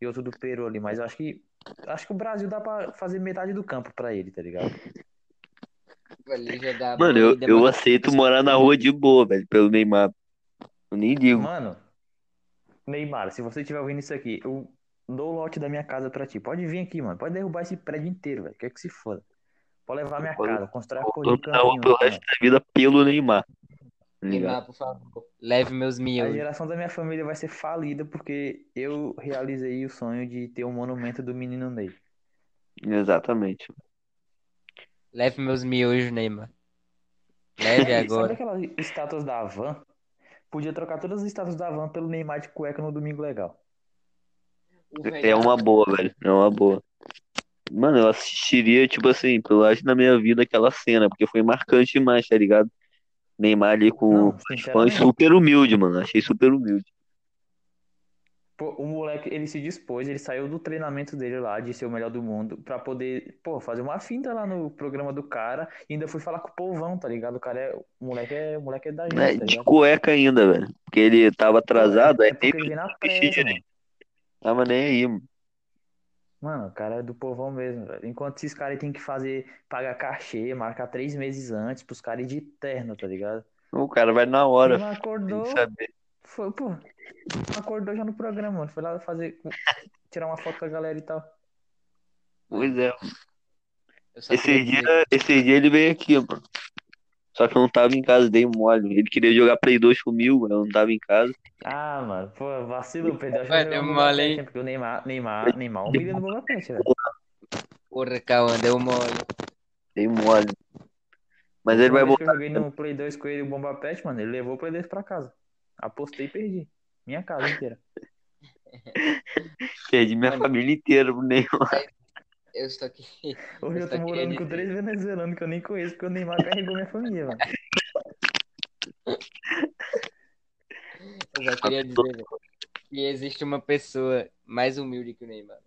A: e outro do Peru ali, mas eu acho que acho que o Brasil dá pra fazer metade do campo pra ele, tá ligado?
C: tipo, Ele ia jogar a
B: Mano,
C: bola
B: eu,
C: e
B: eu
C: demorava-
B: aceito morar na rua de boa, velho, pelo Neymar. Eu nem digo.
A: Mano, Neymar, se você estiver ouvindo isso aqui, eu dou o lote da minha casa pra ti. Pode vir aqui, mano. Pode derrubar esse prédio inteiro, velho. Quer que se foda. Pode levar minha
B: Pode-
A: casa, constrói a
B: Eu
A: corrida
B: tô na rua pelo resto da vida pelo Neymar. Tá ligado?
C: Neymar, por favor, leve meus
A: A
C: mil.
A: geração da minha família vai ser falida porque eu realizei o sonho de ter um monumento do menino Ney.
B: Exatamente.
C: Leve meus miojos, Neymar. Leve
A: Sabe
C: agora.
A: aquelas estátuas da Havan? Podia trocar todas as estátuas da Havan pelo Neymar de cueca no Domingo Legal.
B: É uma boa, velho. É uma boa. Mano, eu assistiria, tipo assim, pelo resto da minha vida aquela cena, porque foi marcante demais, tá ligado? Neymar ali com
A: Não, né?
B: os fãs
A: sinceramente.
B: super humilde, mano. Achei super humilde.
A: Pô, o moleque, ele se dispôs, ele saiu do treinamento dele lá de ser o melhor do mundo pra poder, pô, fazer uma finta lá no programa do cara e ainda fui falar com o povão, tá ligado? O cara é, o moleque é, o moleque é da gente,
B: Né?
A: tá
B: De
A: ligado?
B: cueca ainda, velho. Porque ele tava atrasado,
A: é,
B: aí
A: é
B: nem
A: porque ele vem na
B: vestia,
A: pressa, mano.
B: tava nem aí, mano.
A: Mano, o cara é do povão mesmo, velho. Enquanto esses caras têm que fazer, pagar cachê, marcar três meses antes pros caras ir de terno, tá ligado?
B: O cara vai na hora,
A: Neymar
B: tem
A: acordou,
B: que saber.
A: Foi, pô. Acordou já no programa, mano. Foi lá fazer. Tirar uma foto com a galera e tal.
B: Pois é.
C: Eu só queria
B: Esse dia,
C: dizer-
B: esse dia ele veio aqui, mano. Só que eu não tava em casa, dei mole. Ele queria jogar Play 2 comigo, eu não tava em casa.
A: Ah, mano. Pô, vacilo, perdeu a
C: Vai,
A: chance de jogar
C: deu
A: o
C: mole,
A: Boba
C: hein?
A: Fett, Porque o Neymar, Neymar, Neymar é um humilha no Boba Fett, velho.
C: Porra, Cauã, deu mole.
B: Dei mole. Mas ele
A: Uma
B: vai
A: vez que
B: voltar.
A: eu joguei no Play 2 com ele e o Bomba Pet, mano, ele levou o Play 2 pra casa. Apostei e perdi. Minha casa inteira.
B: Perdi minha
C: Mano.
B: família inteira pro Neymar.
C: Eu só queria.
A: Hoje eu
C: Isso
A: tô
C: aqui é
A: morando com
C: de-
A: três venezuelanos que eu nem conheço, porque o Neymar carregou minha família, mano.
C: Eu só queria dizer velho, que existe uma pessoa mais humilde que o Neymar.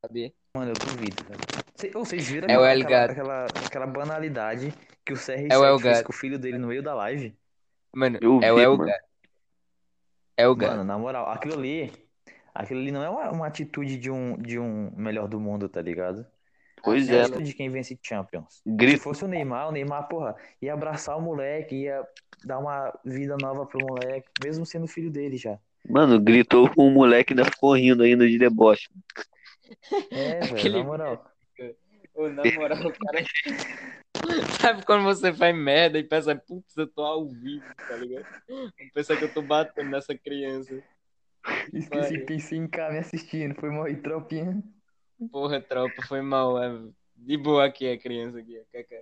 C: Sabia?
A: Mano, eu duvido, velho. Cê- Ou vocês viram
C: É o El
A: aquela,
C: Gato.
A: aquela, aquela banalidade que o CR7
C: É o El
A: fez
C: Gato.
A: com o filho dele no meio da live?
C: Mano,
B: Eu
C: é o
B: vi,
C: El
B: mano.
C: Gato. É o Gato.
A: Mano, na moral, aquilo ali, aquilo ali não é uma, uma atitude de um, de um melhor do mundo, tá ligado?
B: Pois
A: É
B: é.
A: a lista de quem vence Champions. Se
B: Grito.
A: fosse o Neymar, o Neymar, porra, ia abraçar o moleque, ia dar uma vida nova pro moleque, mesmo sendo filho dele já.
B: Mano, gritou com o moleque ainda ficou rindo ainda de deboche.
A: É, velho,
C: Aquele-
A: na moral.
C: Ou na moral, o cara. Sabe quando você faz merda e pensa, putz, eu tô ao vivo, tá ligado? Vou pensar que eu tô batendo nessa criança.
A: Esqueci que tem 5K me assistindo, foi mal e tropinha.
C: Porra, tropa, foi mal. É... De boa aqui a criança aqui, ó, cacá. é?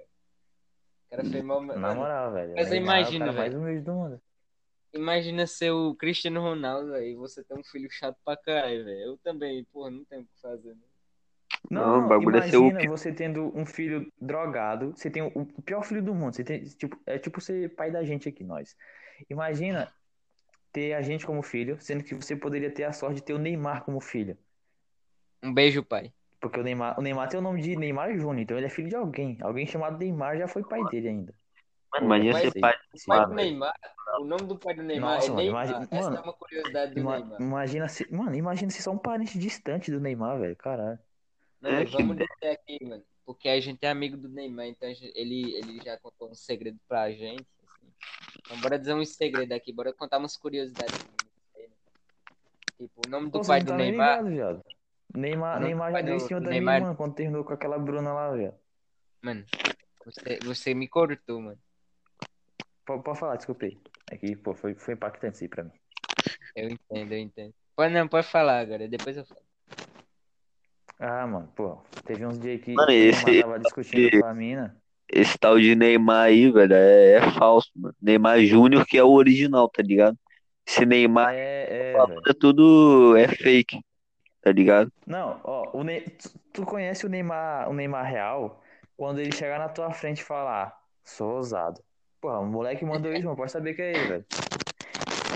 C: O cara foi mal.
A: Na
C: Mano,
A: moral, velho.
C: Mas
A: o Neymar é o
C: imagina,
A: cara
C: velho.
A: mais humilde do mundo.
C: imagina ser o Cristiano Ronaldo aí, você ter um filho chato pra caralho, velho. Eu também, porra, não tenho o que fazer. né?
B: Não, o bagulho é ser
A: imagina você tendo um filho drogado, você tem o pior filho do mundo, você tem, tipo, é tipo ser pai da gente aqui, nós. Imagina ter a gente como filho, sendo que você poderia ter a sorte de ter o Neymar como filho.
C: Um beijo, pai.
A: Porque o Neymar, o Neymar tem o nome de Neymar Júnior, então ele é filho de alguém. Alguém chamado Neymar já foi pai dele ainda.
B: Mano, imagina
C: Mas-
B: ser pai.
C: O pai
B: Ah,
C: do
B: velho.
C: Neymar, o nome do pai do Neymar
A: Nossa,
C: é
A: mano,
C: Neymar.
A: imagina-
C: Essa
A: mano,
C: é uma curiosidade do
A: Ima-
C: Neymar.
A: Imagina se, mano, imagina se só um parente distante do Neymar, velho, caralho.
C: Não,
B: É,
C: mas
B: que
C: vamos descer aqui, mano. Porque a gente é amigo do Neymar, então a gente- ele, ele já contou um segredo pra gente. assim. Então bora dizer um segredo aqui, bora contar umas curiosidades. Tipo, o nome do
A: Pô, você
C: pai
A: não
C: do
A: tá nem
C: Neymar.
A: ligado, viado.
C: O
A: Neymar,
C: nome
A: Neymar já
C: do pai
A: deu em
C: do-
A: cima
C: do
A: da
C: Neymar-
A: minha irmã quando terminou com aquela Bruna lá, velho.
C: Mano, você, você me cortou, mano.
A: Pode, pode falar, desculpei. É que, pô, foi, foi impactante isso aí pra mim.
C: Eu entendo, eu entendo. Pode, não, pode falar agora, depois eu falo.
A: Ah, mano, pô, teve uns dias que
B: Mano,
A: o
B: esse-
A: Neymar tava discutindo
B: esse-
A: com a mina.
B: Esse tal de Neymar aí, velho, é, é falso, mano. Neymar Júnior que é o original, tá ligado? Esse Neymar
A: É, é, velho.
B: é tudo é fake, tá ligado?
A: Não, ó, o Ney- tu, tu conhece o Neymar, o Neymar real quando ele chegar na tua frente e falar, "Ah, sou ousado. Porra, o moleque mandou isso, mano, pode saber que é ele, velho.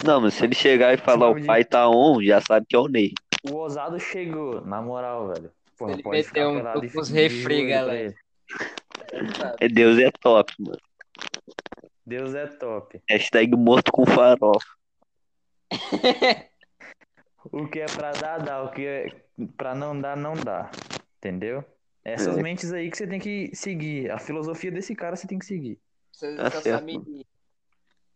B: Não, mas se ele chegar e falar o pai tá on, já sabe que é o Ney.
A: O ousado chegou, na moral, velho. Porra,
C: Ele
A: pode ficar
C: meteu um
A: pelado e
C: pouco os
A: de joelho
C: refri,
A: pra
C: galera.
A: ele.
B: É Deus é top, mano.
A: Deus é top.
B: Hashtag morto com farol.
A: O que é pra dar, dá. O que é pra não dar, não dá. Entendeu? Essas
B: É.
A: mentes aí que você tem que seguir. A filosofia desse cara você tem que seguir.
C: Você
B: Tá
C: só
B: certo.
C: sabe.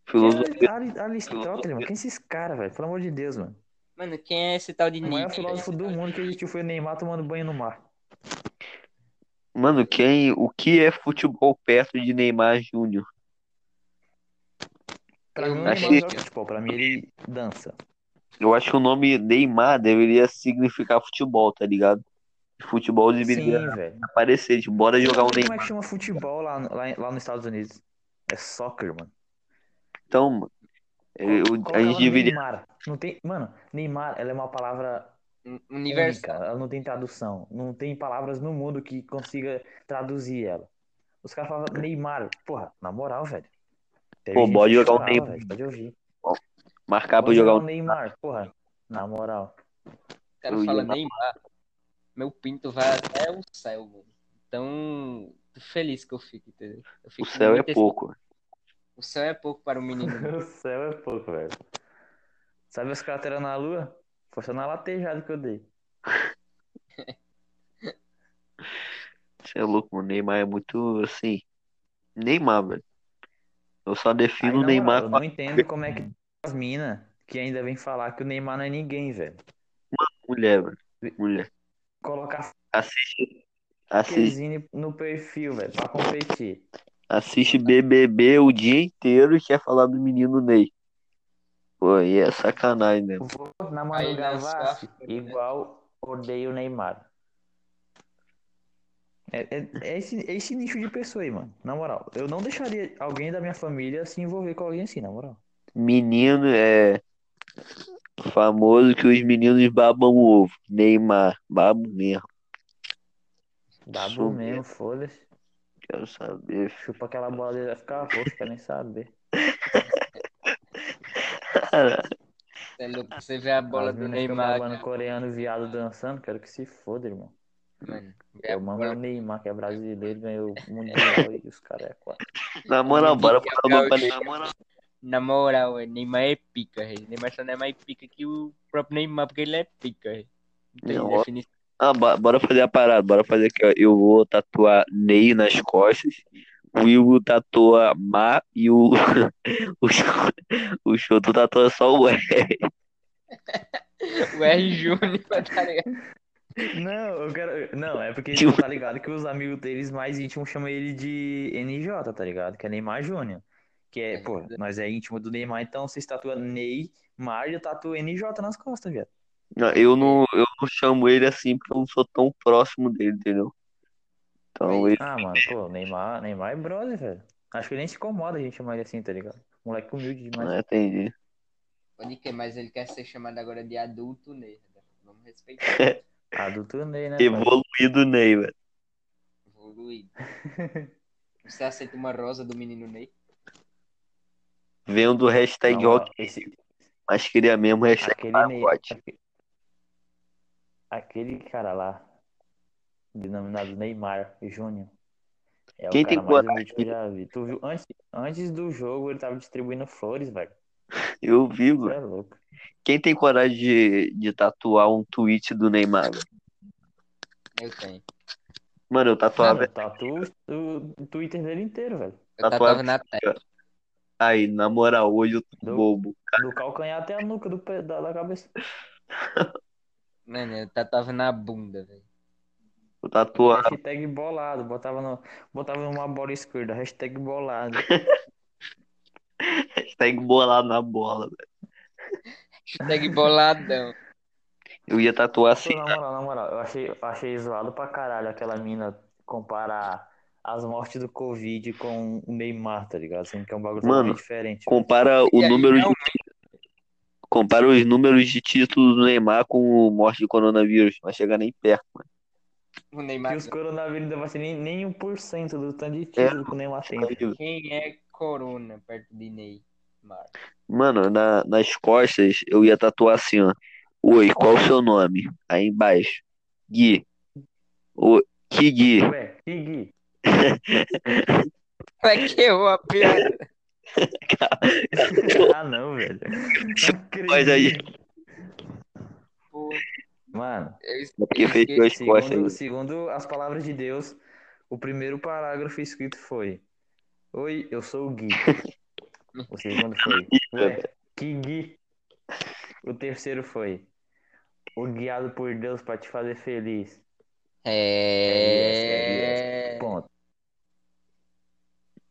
B: Filosofia.
A: Ali- Aristóteles, mano. Quem é esses caras, velho? Pelo amor de Deus, mano.
C: Mano, quem é esse tal de
A: O maior
C: Nietzsche? é
A: filósofo do mundo que existiu foi o Neymar tomando banho no mar.
B: Mano, quem, o que é futebol perto de Neymar Júnior?
A: Pra mim, o
B: Achei-
A: Neymar joga futebol. Pra mim, ele dança.
B: Eu acho que o nome Neymar deveria significar futebol, tá ligado? Futebol deveria
A: Sim, velho.
B: aparecer, de bora jogar o
A: Como é
B: Neymar.
A: que chama futebol lá, lá, lá nos Estados Unidos? É soccer, mano.
B: Então, mano, eu-
A: Coloca
B: a
A: ela
B: gente
A: no
B: deveria.
A: Neymar. Não tem... Mano, Neymar, ela é uma palavra
C: Un- Universo.
A: única, ela não tem tradução. Não tem palavras no mundo que consiga traduzir ela. Os caras falavam Neymar. Porra, na moral, velho. Teve
B: Pô,
A: gente
B: bora
A: que
B: jogar o
A: chorava,
B: Neymar.
A: velho, Pode ouvir.
B: Marcar pra
A: Bora
B: jogar o
A: Neymar. Porra, na moral.
C: O cara
B: Eu
C: fala
B: ia-
C: Neymar. Meu pinto vai até o céu, mano. Então, tô feliz que eu fico, entendeu? Eu
B: O
C: fico
B: céu é
C: muito-
B: pouco.
C: O céu é pouco para o menino.
A: O céu é pouco, velho. Sabe as crateras na lua? Foi só na latejada que eu dei.
B: Você é louco, mano. Neymar é muito assim. Neymar, velho. Eu só
A: Aí,
B: defino
A: na
B: o
A: moral,
B: Neymar.
A: eu
B: com-
A: não entendo como é que as minas que ainda vem falar que o Neymar não é ninguém, velho.
B: Mulher, velho. Mulher.
A: Colocar
B: Assiste.
A: é
B: Assiste,
A: Marquezine no perfil, velho, pra competir.
B: assiste BBB o dia inteiro e quer falar do menino Ney. Pô, aí é sacanagem, né?
A: Vou na
C: Aí
A: Manu
C: lançou a
A: Gavassi,
C: fita, né?
A: igual odeio o Neymar. É, é- é esse, é esse nicho de pessoa aí, mano. Na moral, eu não deixaria alguém da minha família se envolver com alguém assim, na moral.
B: Menino é famoso que os meninos babam o ovo. Neymar, babo mesmo.
A: Dá bom
B: Sou
A: mesmo,
B: mesmo.
A: foda-se.
B: Quero saber.
A: Chupa aquela bola dele, vai ficar roxo, quer nem saber.
B: Cara,
C: Você é louco, você vê a bola
A: As
C: do
A: meninas ficam
C: Neymar, né?
A: babando coreano, viado dançando, quero que se foda, irmão.
C: cara, mano. Vê a
A: Eu mamo o
C: bola
A: Neymar, que é brasileiro, ganhou o Mundial e os caras é quatro.
B: na moral, bora
C: Que
B: botar o nome pra
C: gaúcho.
B: Neymar. Na moral.
C: Na moral, é, Neymar é pica, rei. Neymar só não é mais pica que o próprio Neymar, porque ele é pica, rei. Não tem
B: Não,
C: definição.
B: Ah, bo- bora fazer a parada, bora fazer aqui, ó. Eu vou tatuar Ney nas costas, o Igor tatua Má e o, o, Cho- o Choto tatua só o R.
C: O R Júnior, tá ligado?
A: Não, eu quero. Não, é porque tu tá ligado que os amigos deles mais íntimos chamam ele de NJ, tá ligado? Que é Neymar Júnior. Que é, pô, nós é íntimo do Neymar, então vocês tatuam Neymar e eu tatuo NJ nas costas, viado.
B: Não, eu não, eu não chamo ele assim porque eu não sou tão próximo dele, entendeu? Então ele
A: Ah, mano, pô, Neymar, Neymar é brother, velho. Acho que ele nem se incomoda a gente chamar ele assim, tá ligado? Moleque humilde demais.
B: não
A: é,
B: entendi.
C: Pode que, mas ele quer ser chamado agora de adulto nerd. Vamos respeitar.
A: Adulto Ney, né? pai?
B: Evoluído Ney, velho.
C: Evoluído. Você aceita uma rosa do menino Ney?
B: Vendo o hashtag
A: Não, ó,
B: rock,
A: esse-
B: mas queria mesmo o hashtag
A: Aquele Ney.
B: pacote.
A: aque- Aquele cara lá, denominado Neymar Júnior. É o
B: Quem
A: cara
B: tem
A: mais
B: coragem?
A: humilde que eu já vi. Tu viu? Antes, antes do jogo, ele tava distribuindo flores, velho.
B: Eu vi,
A: Tu
B: mano.
A: é louco.
B: Quem tem coragem de, de tatuar um tweet do Neymar, velho?
C: Eu tenho.
B: Mano, eu tatuava
A: Mano, tatu o o Twitter dele inteiro, velho.
C: Eu
B: Tatuagem.
C: tatuava na testa.
B: aí, na moral, hoje eu tô
A: Do-
B: bobo.
A: Do calcanhar até a nuca do pé, da, da cabeça.
C: Mano, eu tatuava na bunda, velho.
B: Eu tatuava,
A: Hashtag bolado. Botava, no, botava numa bola esquerda. Hashtag bolado.
B: hashtag bolado Tá na bola, velho.
C: Hashtag boladão.
B: Eu ia tatuar
A: Pô,
B: assim,
A: na moral, na moral, eu achei, eu achei zoado pra caralho aquela mina comparar as mortes do Covid com o Neymar, tá ligado? Sendo que é um bagulho
B: Mano,
A: totalmente diferente.
B: compara o
C: E aí,
B: número de,
C: não,
B: compara os números de títulos do Neymar com o morte de coronavírus. Não vai chegar nem perto, mano.
C: o
A: Que
C: Neymar.
A: os coronavírus não vai ser nem, nem 1% do tanto de
B: É.
A: título que o Neymar tem.
B: Aí,
C: Quem é Corona perto de Neymar?
B: Mano, na- nas costas eu ia tatuar assim, ó. Oi, qual o seu nome? Aí embaixo. Gui. O, que Gui? É
A: Ué, que Gui?
C: Vai que eu a piada.
A: Ah, não, velho. Não
B: Mas aí-
A: acredito.
C: Pô,
A: Mano,
C: eu
B: Porque fechou as costas
A: segundo,
B: aí.
A: segundo as palavras de Deus, o primeiro parágrafo escrito foi: Oi, eu sou o Gui. O segundo foi:
B: né?
A: Ué, que Gui. O terceiro foi: O guiado por Deus para te fazer feliz. É,
C: É.
A: Ponto.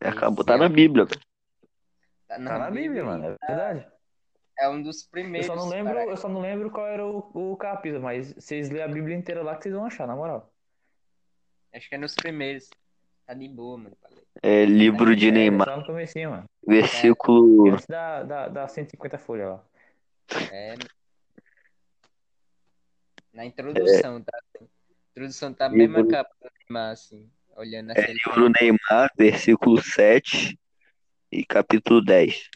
B: Acabou,
A: é
B: tá na Bíblia, velho.
C: Tá
A: Tá na Bíblia, mano, é verdade.
C: É um dos
A: Eu
C: primeiros.
A: só não lembro,
C: cara.
A: eu só não lembro qual era o, o capítulo, mas vocês lêem a Bíblia inteira lá que vocês vão achar, na moral.
C: Acho que é nos primeiros. Tá de boa, mano. Falei.
B: É livro de
A: É,
B: Neymar,
A: Tá no comecinho, mano.
B: versículo.
A: Antes da, da, da 150 folhas lá.
C: É, mano. Na introdução, tá? Introdução tá a mesma
B: Livro.
C: capa do Neymar, assim. Olhando
B: É
C: assim. ele
B: livro Neymar, versículo 7 e capítulo 10.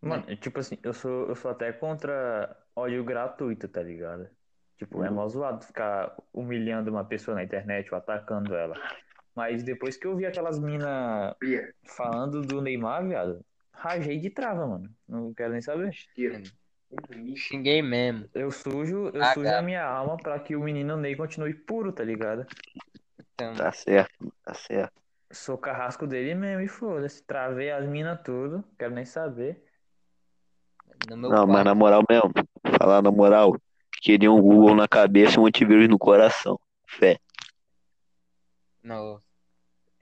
A: Mano, é tipo assim, eu sou, eu sou até contra ódio gratuito, tá ligado? Tipo, é mó zoado ficar humilhando uma pessoa na internet ou atacando ela. Mas depois que eu vi aquelas minas falando do Neymar, viado, rajei de trava, mano. Não quero nem saber.
C: fala, Xinguei mesmo.
A: Eu sujo, eu
C: Ah,
A: sujo
C: cara.
A: a minha alma pra que o menino Ney continue puro, tá ligado?
C: Então,
B: Tá certo, tá certo.
A: Sou carrasco dele mesmo e foda-se. Travei as minas tudo, quero nem saber.
C: no meu
B: Não, mas
C: quarto.
B: na moral mesmo, falar na moral, queria um Google na cabeça e um antivírus no coração. Fé,
C: No...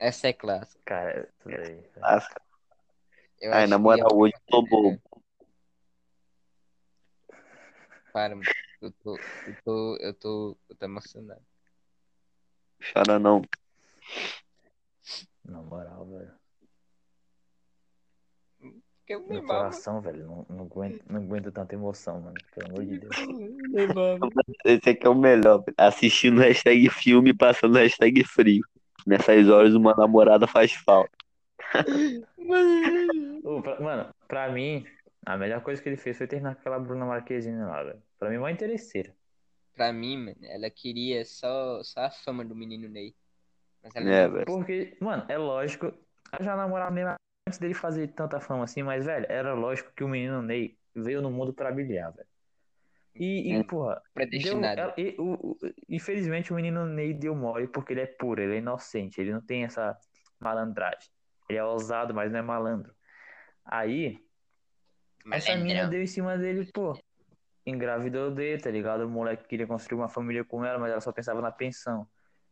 C: Essa é clássica.
A: Cara, tudo aí. velho.
B: lasca.
C: Eu
B: Ai,
C: acho
B: na
C: que
B: moral,
C: eu-
B: hoje eu tô bobo.
C: Para, mano. Eu tô, eu tô, eu tô, eu tô emocionado.
B: Chora não.
A: Na moral, velho.
C: Porque o
A: Meu
C: Neymar,
A: coração, velho, não, não, aguento, não aguento tanta emoção, mano. Pelo amor de Deus.
C: mano. Neymar, mano.
B: Esse aqui é o melhor. velho. Assistindo hashtag filme e passando hashtag frio. Nessas horas uma namorada faz falta.
A: Ô, pra- mano, pra mim, a melhor coisa que ele fez foi terminar com aquela Bruna Marquezine lá, velho. Pra mim, mó interesseira.
C: Pra mim, mano, ela queria só, só a fama do menino Ney. Mas ela
B: É,
C: não
B: velho.
A: Porque, mano, é lógico. Eu já namorava mesmo antes dele fazer tanta fama assim, mas, velho, era lógico que o menino Ney veio no mundo pra brilhar, velho. E, e,
C: Hum.
A: porra, deu,
C: predestinado.
A: ela- e- o- o- infelizmente o menino Ney deu mole porque ele é puro, ele é inocente, ele não tem essa malandragem. Ele é ousado, mas não é malandro. Aí,
C: é
A: essa
E: é
A: mina deu em cima dele, pô. Engravidou dele, tá ligado? O moleque queria construir uma família com ela, mas ela só pensava na pensão. O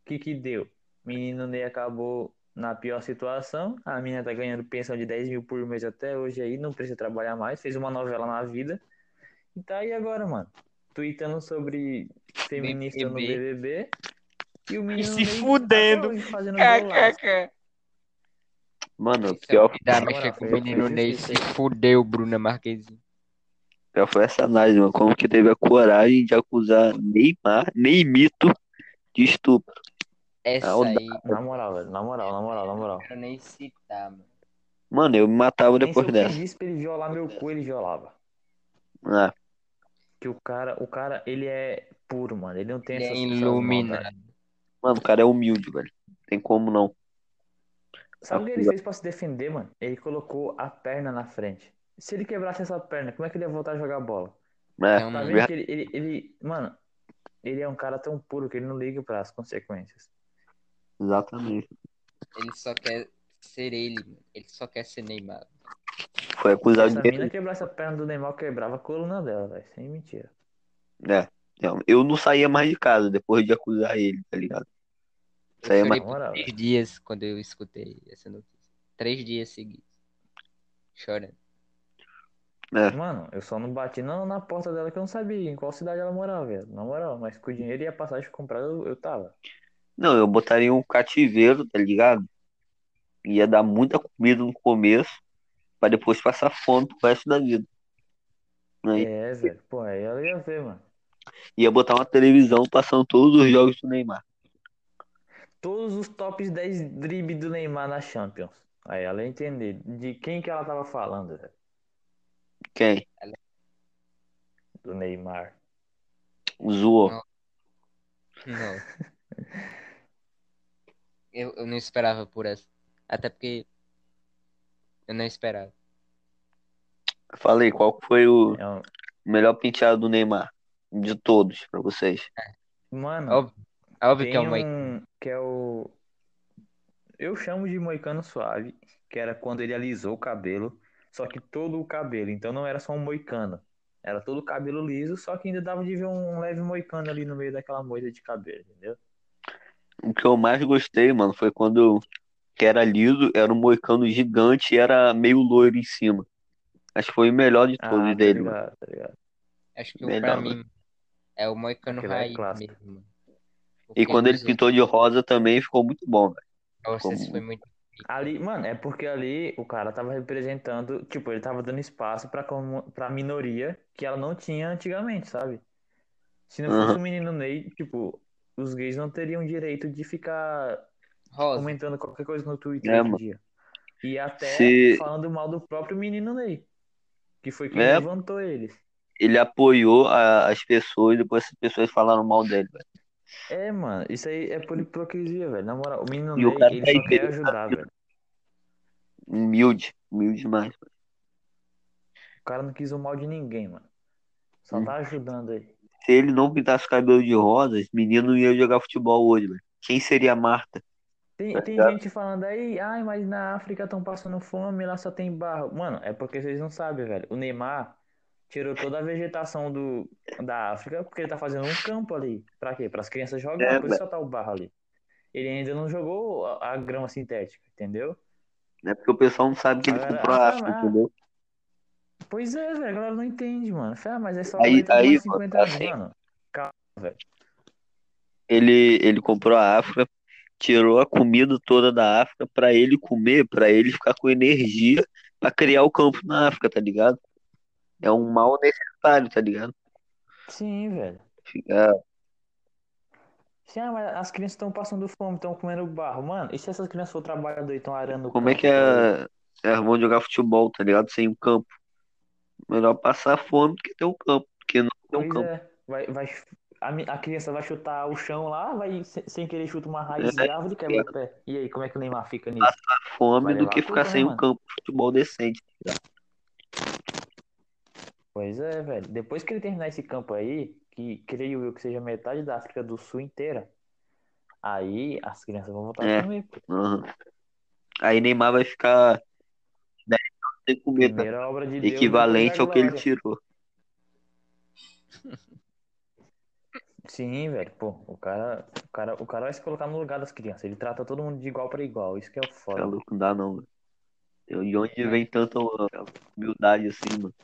A: que que deu? Menino Ney acabou na pior situação. A mina tá ganhando pensão de 10 mil por mês até hoje aí, não precisa trabalhar mais. Fez uma novela na vida. E tá aí agora, mano. Tweetando sobre feminista no
C: BBB.
A: BBB. E o menino
E: se
A: Ney
E: fudendo.
A: até hoje Fazendo golaço.
E: KKK.
B: Mano, o
C: Isso
B: pior,
C: é o que dá
A: Na
C: mexer
A: moral,
C: com o
A: eu- eu
C: menino
A: já
C: Ney se
A: esqueci.
C: fudeu, Bruna Marquezine.
B: pior foi essa análise, mano. Como que teve a coragem de acusar Neymar, Neymito, de estupro.
C: Essa
B: Audácia.
C: aí,
A: Na moral, velho. Na moral, na moral, na moral.
C: não quero nem citar, mano.
B: Mano, eu me matava
A: Nem se eu
B: depois dessa.
A: pedisse pra ele violar meu cu, ele violava.
B: Ah,
A: Que o cara, o cara, ele é puro, mano. Ele não tem
C: Ele é
A: essa
C: iluminado.
B: mano, o cara é humilde, velho. Tem como não.
A: Sabe o que ele fez pra se defender, mano? Ele colocou a perna na frente. Se ele quebrasse essa perna, como é que ele ia voltar a jogar bola?
B: É,
C: Não,
A: Tá
C: mano.
A: vendo que ele, ele, ele- mano, ele é um cara tão puro que ele não liga pras consequências.
B: exatamente.
C: Ele só quer ser ele, mano. Ele só quer ser Neymar.
B: Foi
A: Se
C: Tá
B: acusado
A: essa
B: de
A: mina quebrasse a perna do Neymar, eu quebrava a coluna dela, velho. Sem mentira.
B: É, não, eu não saía mais de casa depois de acusar ele, tá ligado?
C: Eu
B: Saía
C: chorei
B: mais...
A: Na
C: por
A: moral,
C: é três
A: velho.
C: dias quando eu escutei essa notícia. Três dias seguidos. Chorando.
A: Mano, eu só não bati não na porta dela que eu não sabia em qual cidade ela morava, velho. Na moral, mas com o dinheiro e a passagem comprada, eu, eu tava.
B: Não, eu botaria um cativeiro, tá ligado? Ia dar muita comida no começo, pra depois passar fome pro resto da vida. Aí,
A: É, velho. Pô, aí ela ia ver, mano.
B: ia botar uma televisão passando todos os jogos do Neymar.
A: todos os tops 10 dribles do Neymar na Champions. Aí ela ia entender de quem que ela tava falando, velho.
B: Quem?
A: do Neymar.
B: Zoou.
C: Não. Não. eu, eu não esperava por essa. Até porque. Eu não esperava.
B: Falei, qual que foi o
A: É um-
B: melhor penteado do Neymar? De todos, pra vocês. Hum.
A: Mano,
C: Óbvio, Óbvio que
A: tem
C: é uma.
A: um que é o... Eu chamo de moicano suave, que era quando ele alisou o cabelo, só que todo o cabelo, então não era só um moicano. Era todo o cabelo liso, só que ainda dava de ver um leve moicano ali no meio daquela moita de cabelo, entendeu?
B: O que eu mais gostei, mano, foi quando que era liso, era um moicano gigante e era meio loiro em cima. Acho que foi o melhor de todos
A: tá
B: dele,
C: né?
B: mano.
A: ligado, tá ligado.
C: Acho que o
B: Melhor,
C: pra
B: né?
C: mim é o Moicano
A: Aquele é
C: Raiz
A: clássico.
C: mesmo. mano.
B: E
C: Porque
B: quando ele
C: os
B: pintou de rosa também ficou muito bom, velho.
C: outros
B: como-
C: foi muito.
A: Ali, mano, é porque ali o cara tava representando, tipo, ele tava dando espaço pra, comu- pra minoria que ela não tinha antigamente, sabe? Se não fosse
B: Aham.
A: o menino Ney, tipo, os gays não teriam direito de ficar
B: um
C: Rosa.
A: comentando qualquer coisa no Twitter
B: É,
A: hoje em
B: mano.
A: dia. E até
B: Se-
A: falando mal do próprio menino Ney, que foi quem
B: É.
A: levantou eles.
B: Ele apoiou a- as pessoas e depois as pessoas falaram mal dele, velho.
A: É, mano, isso aí é por hipocrisia, velho. Na moral, o menino
B: E o
A: Ney,
B: cara
A: ele
B: tá
A: só
B: aí,
A: quer
B: ele tá
A: ajudar,
B: aqui.
A: velho.
B: Humilde, humilde demais.
A: O cara não quis o mal de ninguém, mano. Só
B: Hum.
A: tá ajudando aí.
B: Se ele não pintasse o cabelo de rosa, esse menino não ia jogar futebol hoje, velho. Quem seria a Marta?
A: Tem,
B: Tá
A: tem
B: ligado?
A: gente falando aí, ai, mas na África estão passando fome, lá só tem barro. Mano, é porque vocês não sabem, velho. O Neymar tirou toda a vegetação do, da África porque ele tá fazendo um campo ali. Pra quê? Para as crianças jogar,
B: É,
A: por isso só tá o barro ali. Ele ainda não jogou a, a grama sintética, entendeu?
B: É porque o pessoal não sabe que ele
A: Agora,
B: comprou a
A: ah,
B: África,
A: ah,
B: entendeu?
A: Pois é, velho, a galera não entende, mano. Fala, "Ah, mas é só
B: Aí-
A: aguentar
B: aí,
A: mais 50 anos,
B: assim-
A: mano.
B: Ele, ele comprou a África, tirou a comida toda da África pra ele comer, pra ele ficar com energia pra criar o campo na África, tá ligado? É um mal necessário, tá ligado?
A: Sim, velho.
B: Ficar
A: Sim, ah, mas as crianças estão passando fome, estão comendo barro. Mano, e se essas crianças for trabalhadoras e estão arando o
B: Como é
A: campo,
B: que
A: tá ligado?
B: é, é bom jogar futebol, tá ligado? Sem um campo. Melhor passar fome do que ter um campo, porque não tem um
A: Pois
B: campo.
A: é, vai, vai, a, mi- a criança vai chutar o chão lá, vai se- sem querer chuta uma raiz
B: É.
A: de árvore e quebra o pé. E aí, como é que o Neymar fica nisso?
B: Fome
A: é. Vai
B: do
A: levar
B: que
A: a
B: ficar um
A: culpa, né,
B: sem um
A: mano?
B: campo de futebol decente.
A: Pois é, velho. Depois que ele terminar esse campo aí, que creio eu que seja metade da África do Sul inteira, aí as crianças vão voltar
B: É.
A: também. pô.
B: Aham. Aí Neymar vai ficar 10 anos sem comer, tá?
A: Primeira obra de Deus,
B: Equivalente ao que ele
A: glória.
B: tirou.
A: Sim, velho, pô, o cara, o cara, o cara vai se colocar no lugar das crianças. Ele trata todo mundo de igual pra igual. Isso que é o
B: Tá
A: foda.
B: louco, não dá não, velho. De onde vem tanta humildade assim, mano?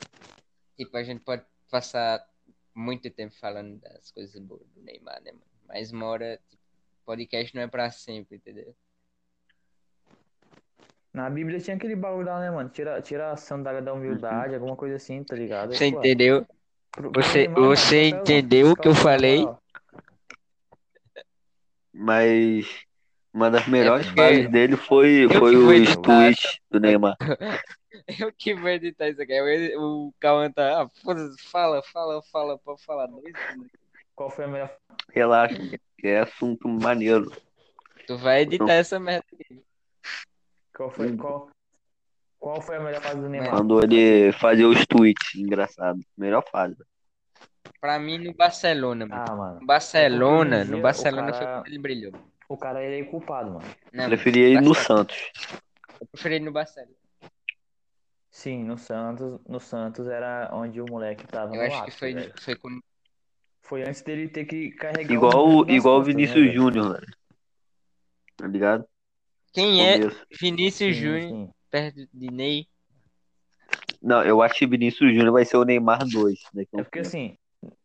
C: Tipo, a gente pode passar muito tempo falando das coisas boas do Neymar, né, mano? Mas uma hora, tipo, podcast não é pra sempre, entendeu?
A: Na Bíblia tinha aquele bagulho lá, né, mano? Tira, tira a sandália da
B: Uhum.
A: humildade, alguma coisa assim, tá ligado?
D: Você
A: Pô,
D: entendeu?
A: pro- pro
D: Você,
A: Neymar, mano,
D: você
A: papelão,
D: entendeu o que eu
A: escalão,
D: falei?
A: moral.
B: Mas uma das melhores
D: É porque-
B: fases dele foi,
D: que
B: foi
D: vou
B: os
D: editar
B: tweets do Neymar.
C: Eu que vou editar isso aqui. Eu- O Cauã tá. Ah, foda-se, fala, fala, fala, pode falar dois minutos.
A: Qual foi a melhor?
B: Relaxa, que é assunto maneiro.
C: Tu vai editar essa merda.
A: Qual
B: Hum.
A: foi, qual, qual foi a melhor fase do Neymar?
B: Quando ele fazia os tweets, engraçado. Melhor fase.
C: Pra mim, no Barcelona, mano.
A: Ah, mano,
C: No Barcelona,
A: Hoje em dia,
C: no
A: o
C: Barcelona
A: cara-
C: foi quando ele brilhou.
A: o cara ele é culpado, mano.
C: Não,
B: Preferia ir no
C: Barcelona.
B: Santos.
C: Eu preferi no Barcelona.
A: Sim, no Santos, no Santos era onde o moleque tava
C: Eu
A: Tá no
C: acho que
A: ápice,
C: foi,
A: velho.
C: foi quando.
A: Foi antes dele ter que carregar o mundo
B: Igual,
A: nas
B: igual o
A: costas, né,
B: Vinícius
A: velho?
B: Júnior, velho. Tá ligado?
C: Quem é
B: Começo.
C: Vinícius
A: Sim,
C: Júnior
A: sim.
C: perto de Ney?
B: Não, eu acho que Vinícius Júnior vai ser o Neymar 2. Né?
A: É porque assim,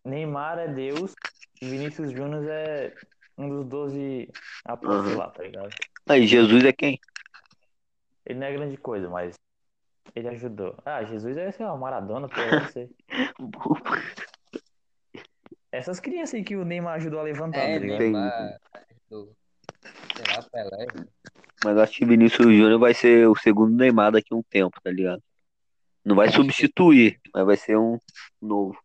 A: Neymar é Deus, Vinícius Júnior é um dos 12 apóstolos
B: Aham.
A: lá, tá ligado?
B: Aí, Jesus é quem?
A: Ele não é grande coisa, mas ele ajudou. Ah, Jesus é, sei lá, Maradona, pô, eu não sei. Essas crianças aí que o Neymar ajudou a levantar,
C: É,
A: tá
B: né?
A: ligado?
C: Neymar. Do... Sei lá, Pelé.
B: Mas eu acho que Vinícius Júnior vai ser o segundo Neymar daqui a um tempo, tá ligado? Não vai substituir, mas vai ser um novo.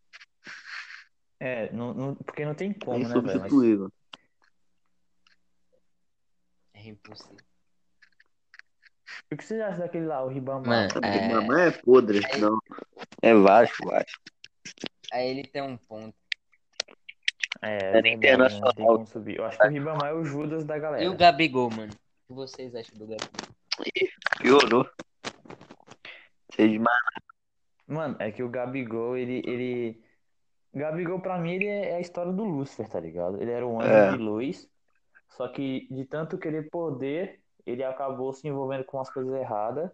A: É, não, não- porque não tem como, né, velho? Mas
B: Insubstituível.
C: É impossível.
A: o que vocês acham daquele lá, o Ribamar?
C: Mano,
B: Porque
C: É.
B: Mamãe é podre, não. É Vasco, Vasco.
C: Aí ele tem um ponto.
A: É, é
B: nem
A: verdade, né? não tem
B: internacional.
A: como subir. Eu acho que o Ribamar é o Judas da galera.
C: E o Gabigol, mano? O que vocês acham do Gabigol?
B: Piorou. Seja mais
A: Mano, é que o Gabigol, ele, ele... Gabigol, pra mim, ele é é a história do Lúcifer, tá ligado? Ele era um anjo
B: É.
A: de luz, só que de tanto querer poder, ele acabou se envolvendo com umas coisas erradas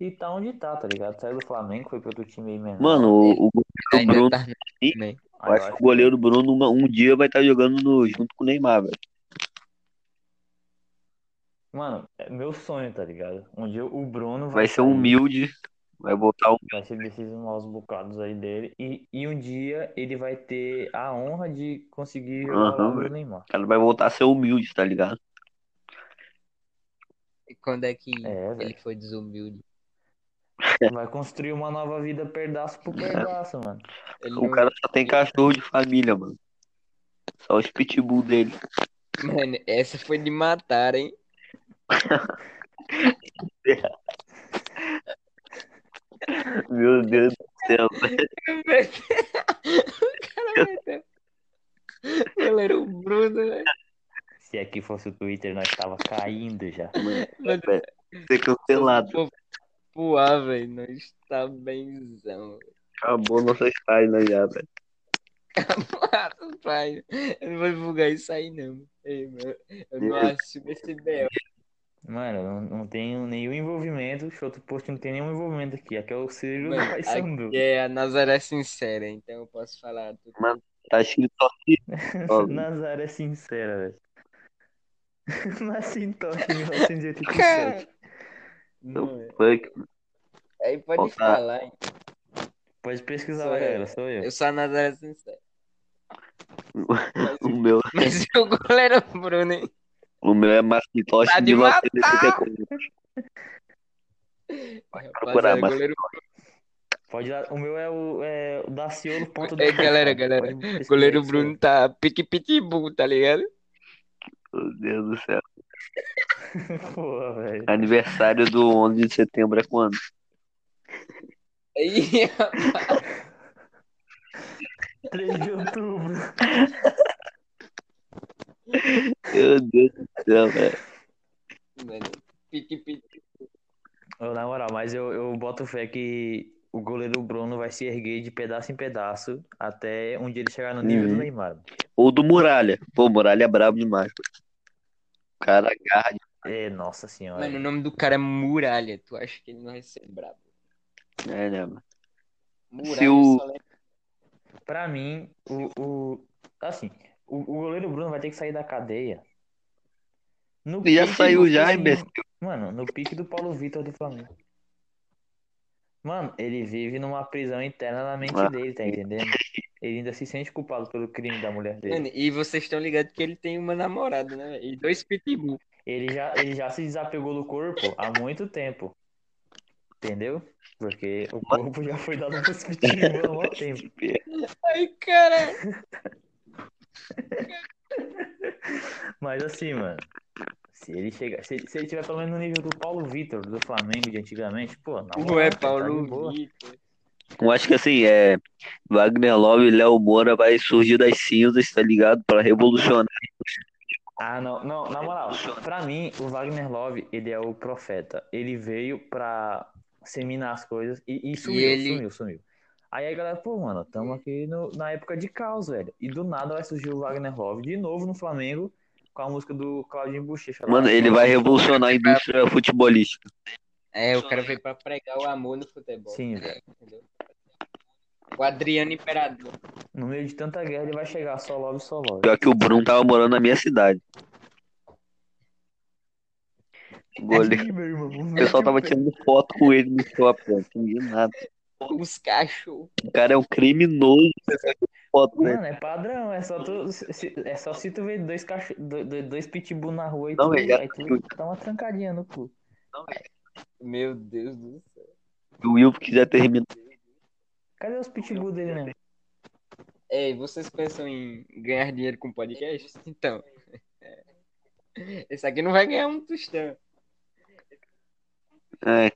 A: e tá onde tá, tá ligado? Saiu do Flamengo, foi pro outro time aí menor.
B: Mano, o, o goleiro
C: Ainda
B: Bruno,
C: tá no Ney.
A: Aí
B: eu
A: eu
B: acho que o goleiro Bruno uma- um dia vai estar jogando no- junto com o Neymar, velho.
A: Mano, é meu sonho, tá ligado? Um dia o Bruno vai
B: Vai ser um
A: sair,
B: humilde, vai botar o.
A: vai ser desses maus bocados aí dele e, e um dia ele vai ter a honra de conseguir jogar
B: Aham,
A: lá no
B: velho.
A: Neymar.
B: Ela vai voltar a ser humilde, tá ligado?
C: E Quando é que
A: É, velho.
C: ele foi desumilde?
B: É.
A: Vai construir uma nova vida pedaço por pedaço, mano.
C: Ele
B: O
C: não-
B: cara só tem cachorro de família, mano. Só os pitbull dele.
C: Mano, essa foi de matar, hein?
B: Meu Deus do céu.
C: o cara meteu. Ele era o Bruno, né? velho.
A: Se aqui fosse o Twitter, nós tava caindo já.
C: Mano,
B: Ser é, cancelado.
C: Pô, Puá, velho, nós tá benzão.
B: Acabou nossas páginas já, velho.
C: Rapaz, eu não vou divulgar isso aí, não. Ei, meu, eu não assumo esse B.O.
A: Mano, não, não tenho nenhum envolvimento. Shoto Post não tem nenhum envolvimento aqui. Aqui é o Ciro do
C: Mano,
A: Paysandu.
C: aqui é a Nazaré sincera, então eu posso falar. tudo.
B: Tá escrito só
C: é
B: ó.
A: Nazaré é sincera, velho. Nasci em Tóquio em 1987.
C: Não,
B: funk.
C: aí pode
B: Opa.
C: falar, hein?
A: Pode pesquisar,
C: Sou eu.
A: galera. Sou eu.
C: Eu sou a Nazaré sincera.
B: O meu,
C: Mas o goleiro Bruno, hein?
B: o meu é Macintosh
C: Tá
B: de
C: de
B: 1974. procurar,
C: Rapaziada,
B: mas-
C: goleiro,
A: Pode ir lá. O meu é o, é o Daciolo. Ponto
C: Ei, galera, galera, goleiro Bruno tá pique pitbull, tá ligado?
B: Meu Deus do céu.
A: Pô, velho.
B: Aniversário do 11 de setembro é quando?
C: Aí,
A: 3 de outubro.
B: Meu Deus do céu, velho.
C: Mano, pique, pique.
A: Ô, Na moral, mas eu, eu boto fé que o goleiro Bruno vai se erguer de pedaço em pedaço até um dia ele chegar no nível
B: Uhum.
A: do Neymar.
B: Ou do Muralha. Pô, o Muralha é brabo demais. O cara agarra.
A: É, nossa senhora.
C: Mano, o nome do cara é Muralha. Tu acha que ele não vai ser brabo?
B: É, né, mano?
C: Muralha,
B: Se o-
C: eu só lembro-
A: Pra mim, o, o- assim, o, o goleiro Bruno vai ter que sair da cadeia. No
B: Já
A: pique
B: saiu
A: do-
B: já, imbecil.
A: Mano, no pique do Paulo Vitor do Flamengo. Mano, ele vive numa prisão interna na mente
B: Ah.
A: dele, tá entendendo? Ele ainda se sente culpado pelo crime da mulher dele.
C: Mano, e vocês estão ligados que ele tem uma namorada, né? velho? E dois pitbull.
A: Ele já, ele já se desapegou do corpo há muito tempo. Entendeu? Porque o corpo já foi dado pros pitbull há muito tempo.
C: Ai, cara.
A: Mas assim, mano, se ele chegar, se, se ele tiver pelo menos no nível do Paulo Vitor, do Flamengo de antigamente, pô, na moral, cara, tá
C: Ué,
A: de
C: é Paulo
A: boa.
C: Vitor.
B: Eu acho que assim, é. Wagner Love e Léo Moura vai surgir das cinzas, tá ligado? Pra revolucionar.
A: Ah, não, não, na moral, pra mim, o Wagner Love, ele é o profeta. Ele veio pra seminar as coisas e, e sumiu,
C: ele-
A: sumiu, sumiu. Aí a galera, pô, mano, tamo aqui no- na época de caos, velho. E do nada vai surgir o Wagner Love de novo no Flamengo com a música do Claudinho Buchecha.
B: Mano, ele vai
A: um
B: revolucionar a indústria futebolística.
C: É, o cara veio pra pregar o amor no futebol.
A: Sim, velho.
C: Entendeu? O Adriano Imperador.
A: No meio de tanta guerra, ele vai chegar só Love, só Love.
B: Pior que o Bruno tava morando na minha cidade. O goleiro-
A: Ih, meu irmão,
B: O pessoal tava tirando foto com ele no shopping, velho. Não entendi nada.
C: Os cachorros.
B: O cara é um criminoso. O pessoal tirando foto, né?
A: Mano, é padrão, é só tu, se- é só se tu ver dois, cacho, do- do- dois pitbull na rua e
B: Não,
A: tu,
B: ele já
A: aí tu dá uma trancadinha no cu.
C: Meu Deus do céu.
B: O Will que já terminou.
A: Cadê os pitbull dele mesmo?
C: Ei, vocês pensam em ganhar dinheiro com podcast? Então. Esse aqui não vai ganhar um tostão.
B: É,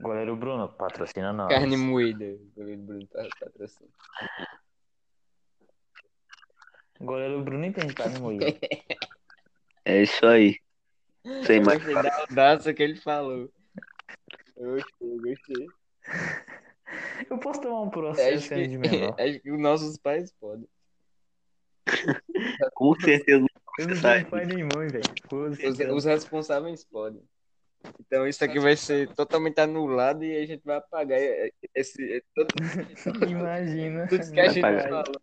A: Goleiro Bruno, patrocina nós.
C: Carne moída. Goleiro Bruno tá patrocínio.
A: Goleiro Bruno entende carne moída.
B: é isso aí. Sem
C: Eu
B: mais.
C: gostei da audácia que ele falou. Eu gostei, eu gostei.
A: Eu posso tomar um
C: Acho
A: processo
C: que,
A: antes de menor.
C: acho que os nossos pais podem.
B: Com certeza.
A: Eu não
B: Sai.
A: tenho pai nem mãe, velho. Foda-se,
C: Os,
A: cara.
C: os responsáveis podem. Então isso aqui vai ser totalmente anulado e a gente vai apagar esse, esse- todo-
A: Imagina
C: tudo que a gente
B: Apagar.
C: falou.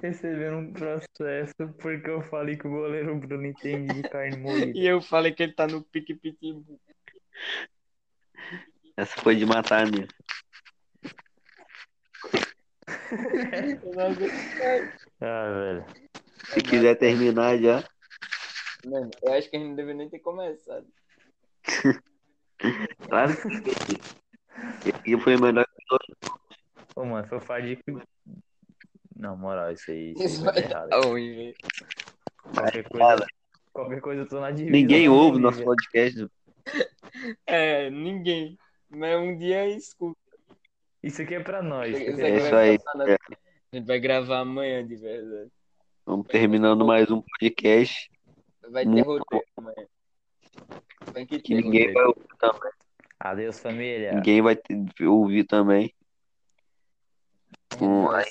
A: recebendo um processo porque eu falei que o goleiro Bruno entende de carne moída.
C: E eu falei que ele tá no pique pitbull.
B: Essa foi de matar mesmo.
C: Eu não aguento.
A: Ah, velho.
B: Se quiser terminar já.
C: Mano, eu acho que a gente não devia nem ter começado.
B: Claro que sim. E foi melhor
A: Ô, mano, foi fadiga. Não, moral, isso aí. Isso aí
C: Isso
A: tá
C: é vai
A: errado.
C: dar ruim, velho.
A: Qualquer coisa, qualquer coisa eu tô na divisa.
B: É Ninguém
A: da
B: ouve
A: Bolívia.
B: nosso podcast.
C: É, ninguém. Mas um dia escuta.
A: Isso aqui é pra nós.
C: Isso
A: isso
C: aqui
A: aqui é
B: isso
A: pra-
C: vai
B: aí,
C: passar na-
B: é.
C: A gente vai gravar amanhã de né? verdade.
B: Vamos terminando mais um podcast
C: Vai ter
B: Muito
C: roteiro amanhã. Tem que
B: que
C: ter
B: ninguém vai,
C: roteiro.
B: ouvir é. também.
A: Adeus, família.
B: ninguém vai ter- ouvir também. Um, aí,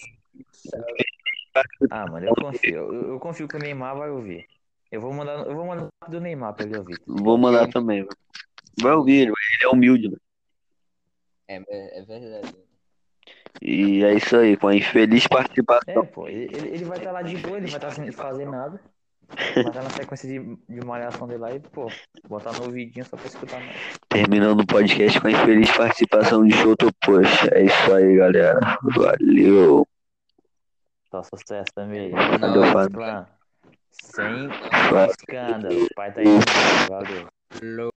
A: Ah, mano, eu confio. Eu, eu confio que o Neymar vai ouvir. Eu vou mandar, eu vou mandar do Neymar pra ele ouvir.
B: vou mandar também. mano. Vai ouvir, ele, ele é humilde. mano.
C: É, é, é verdade.
B: E é isso aí, com a infeliz
A: É,
B: participação.
A: pô, ele, ele- ele vai estar lá de boa, ele vai estar sem fazer nada. Vai estar na sequência de, de malhação dele lá e, pô, botar no ouvidinho só pra escutar nós.
B: Terminando o podcast com a infeliz participação de Choto Poxa. É isso aí, galera. Valeu.
A: Só sucesso, família.
B: Valeu,
A: Valeu,
B: Fábio.
A: clã. Sem
B: Valeu.
A: escândalo. O pai tá aí. Valeu.
C: Alô.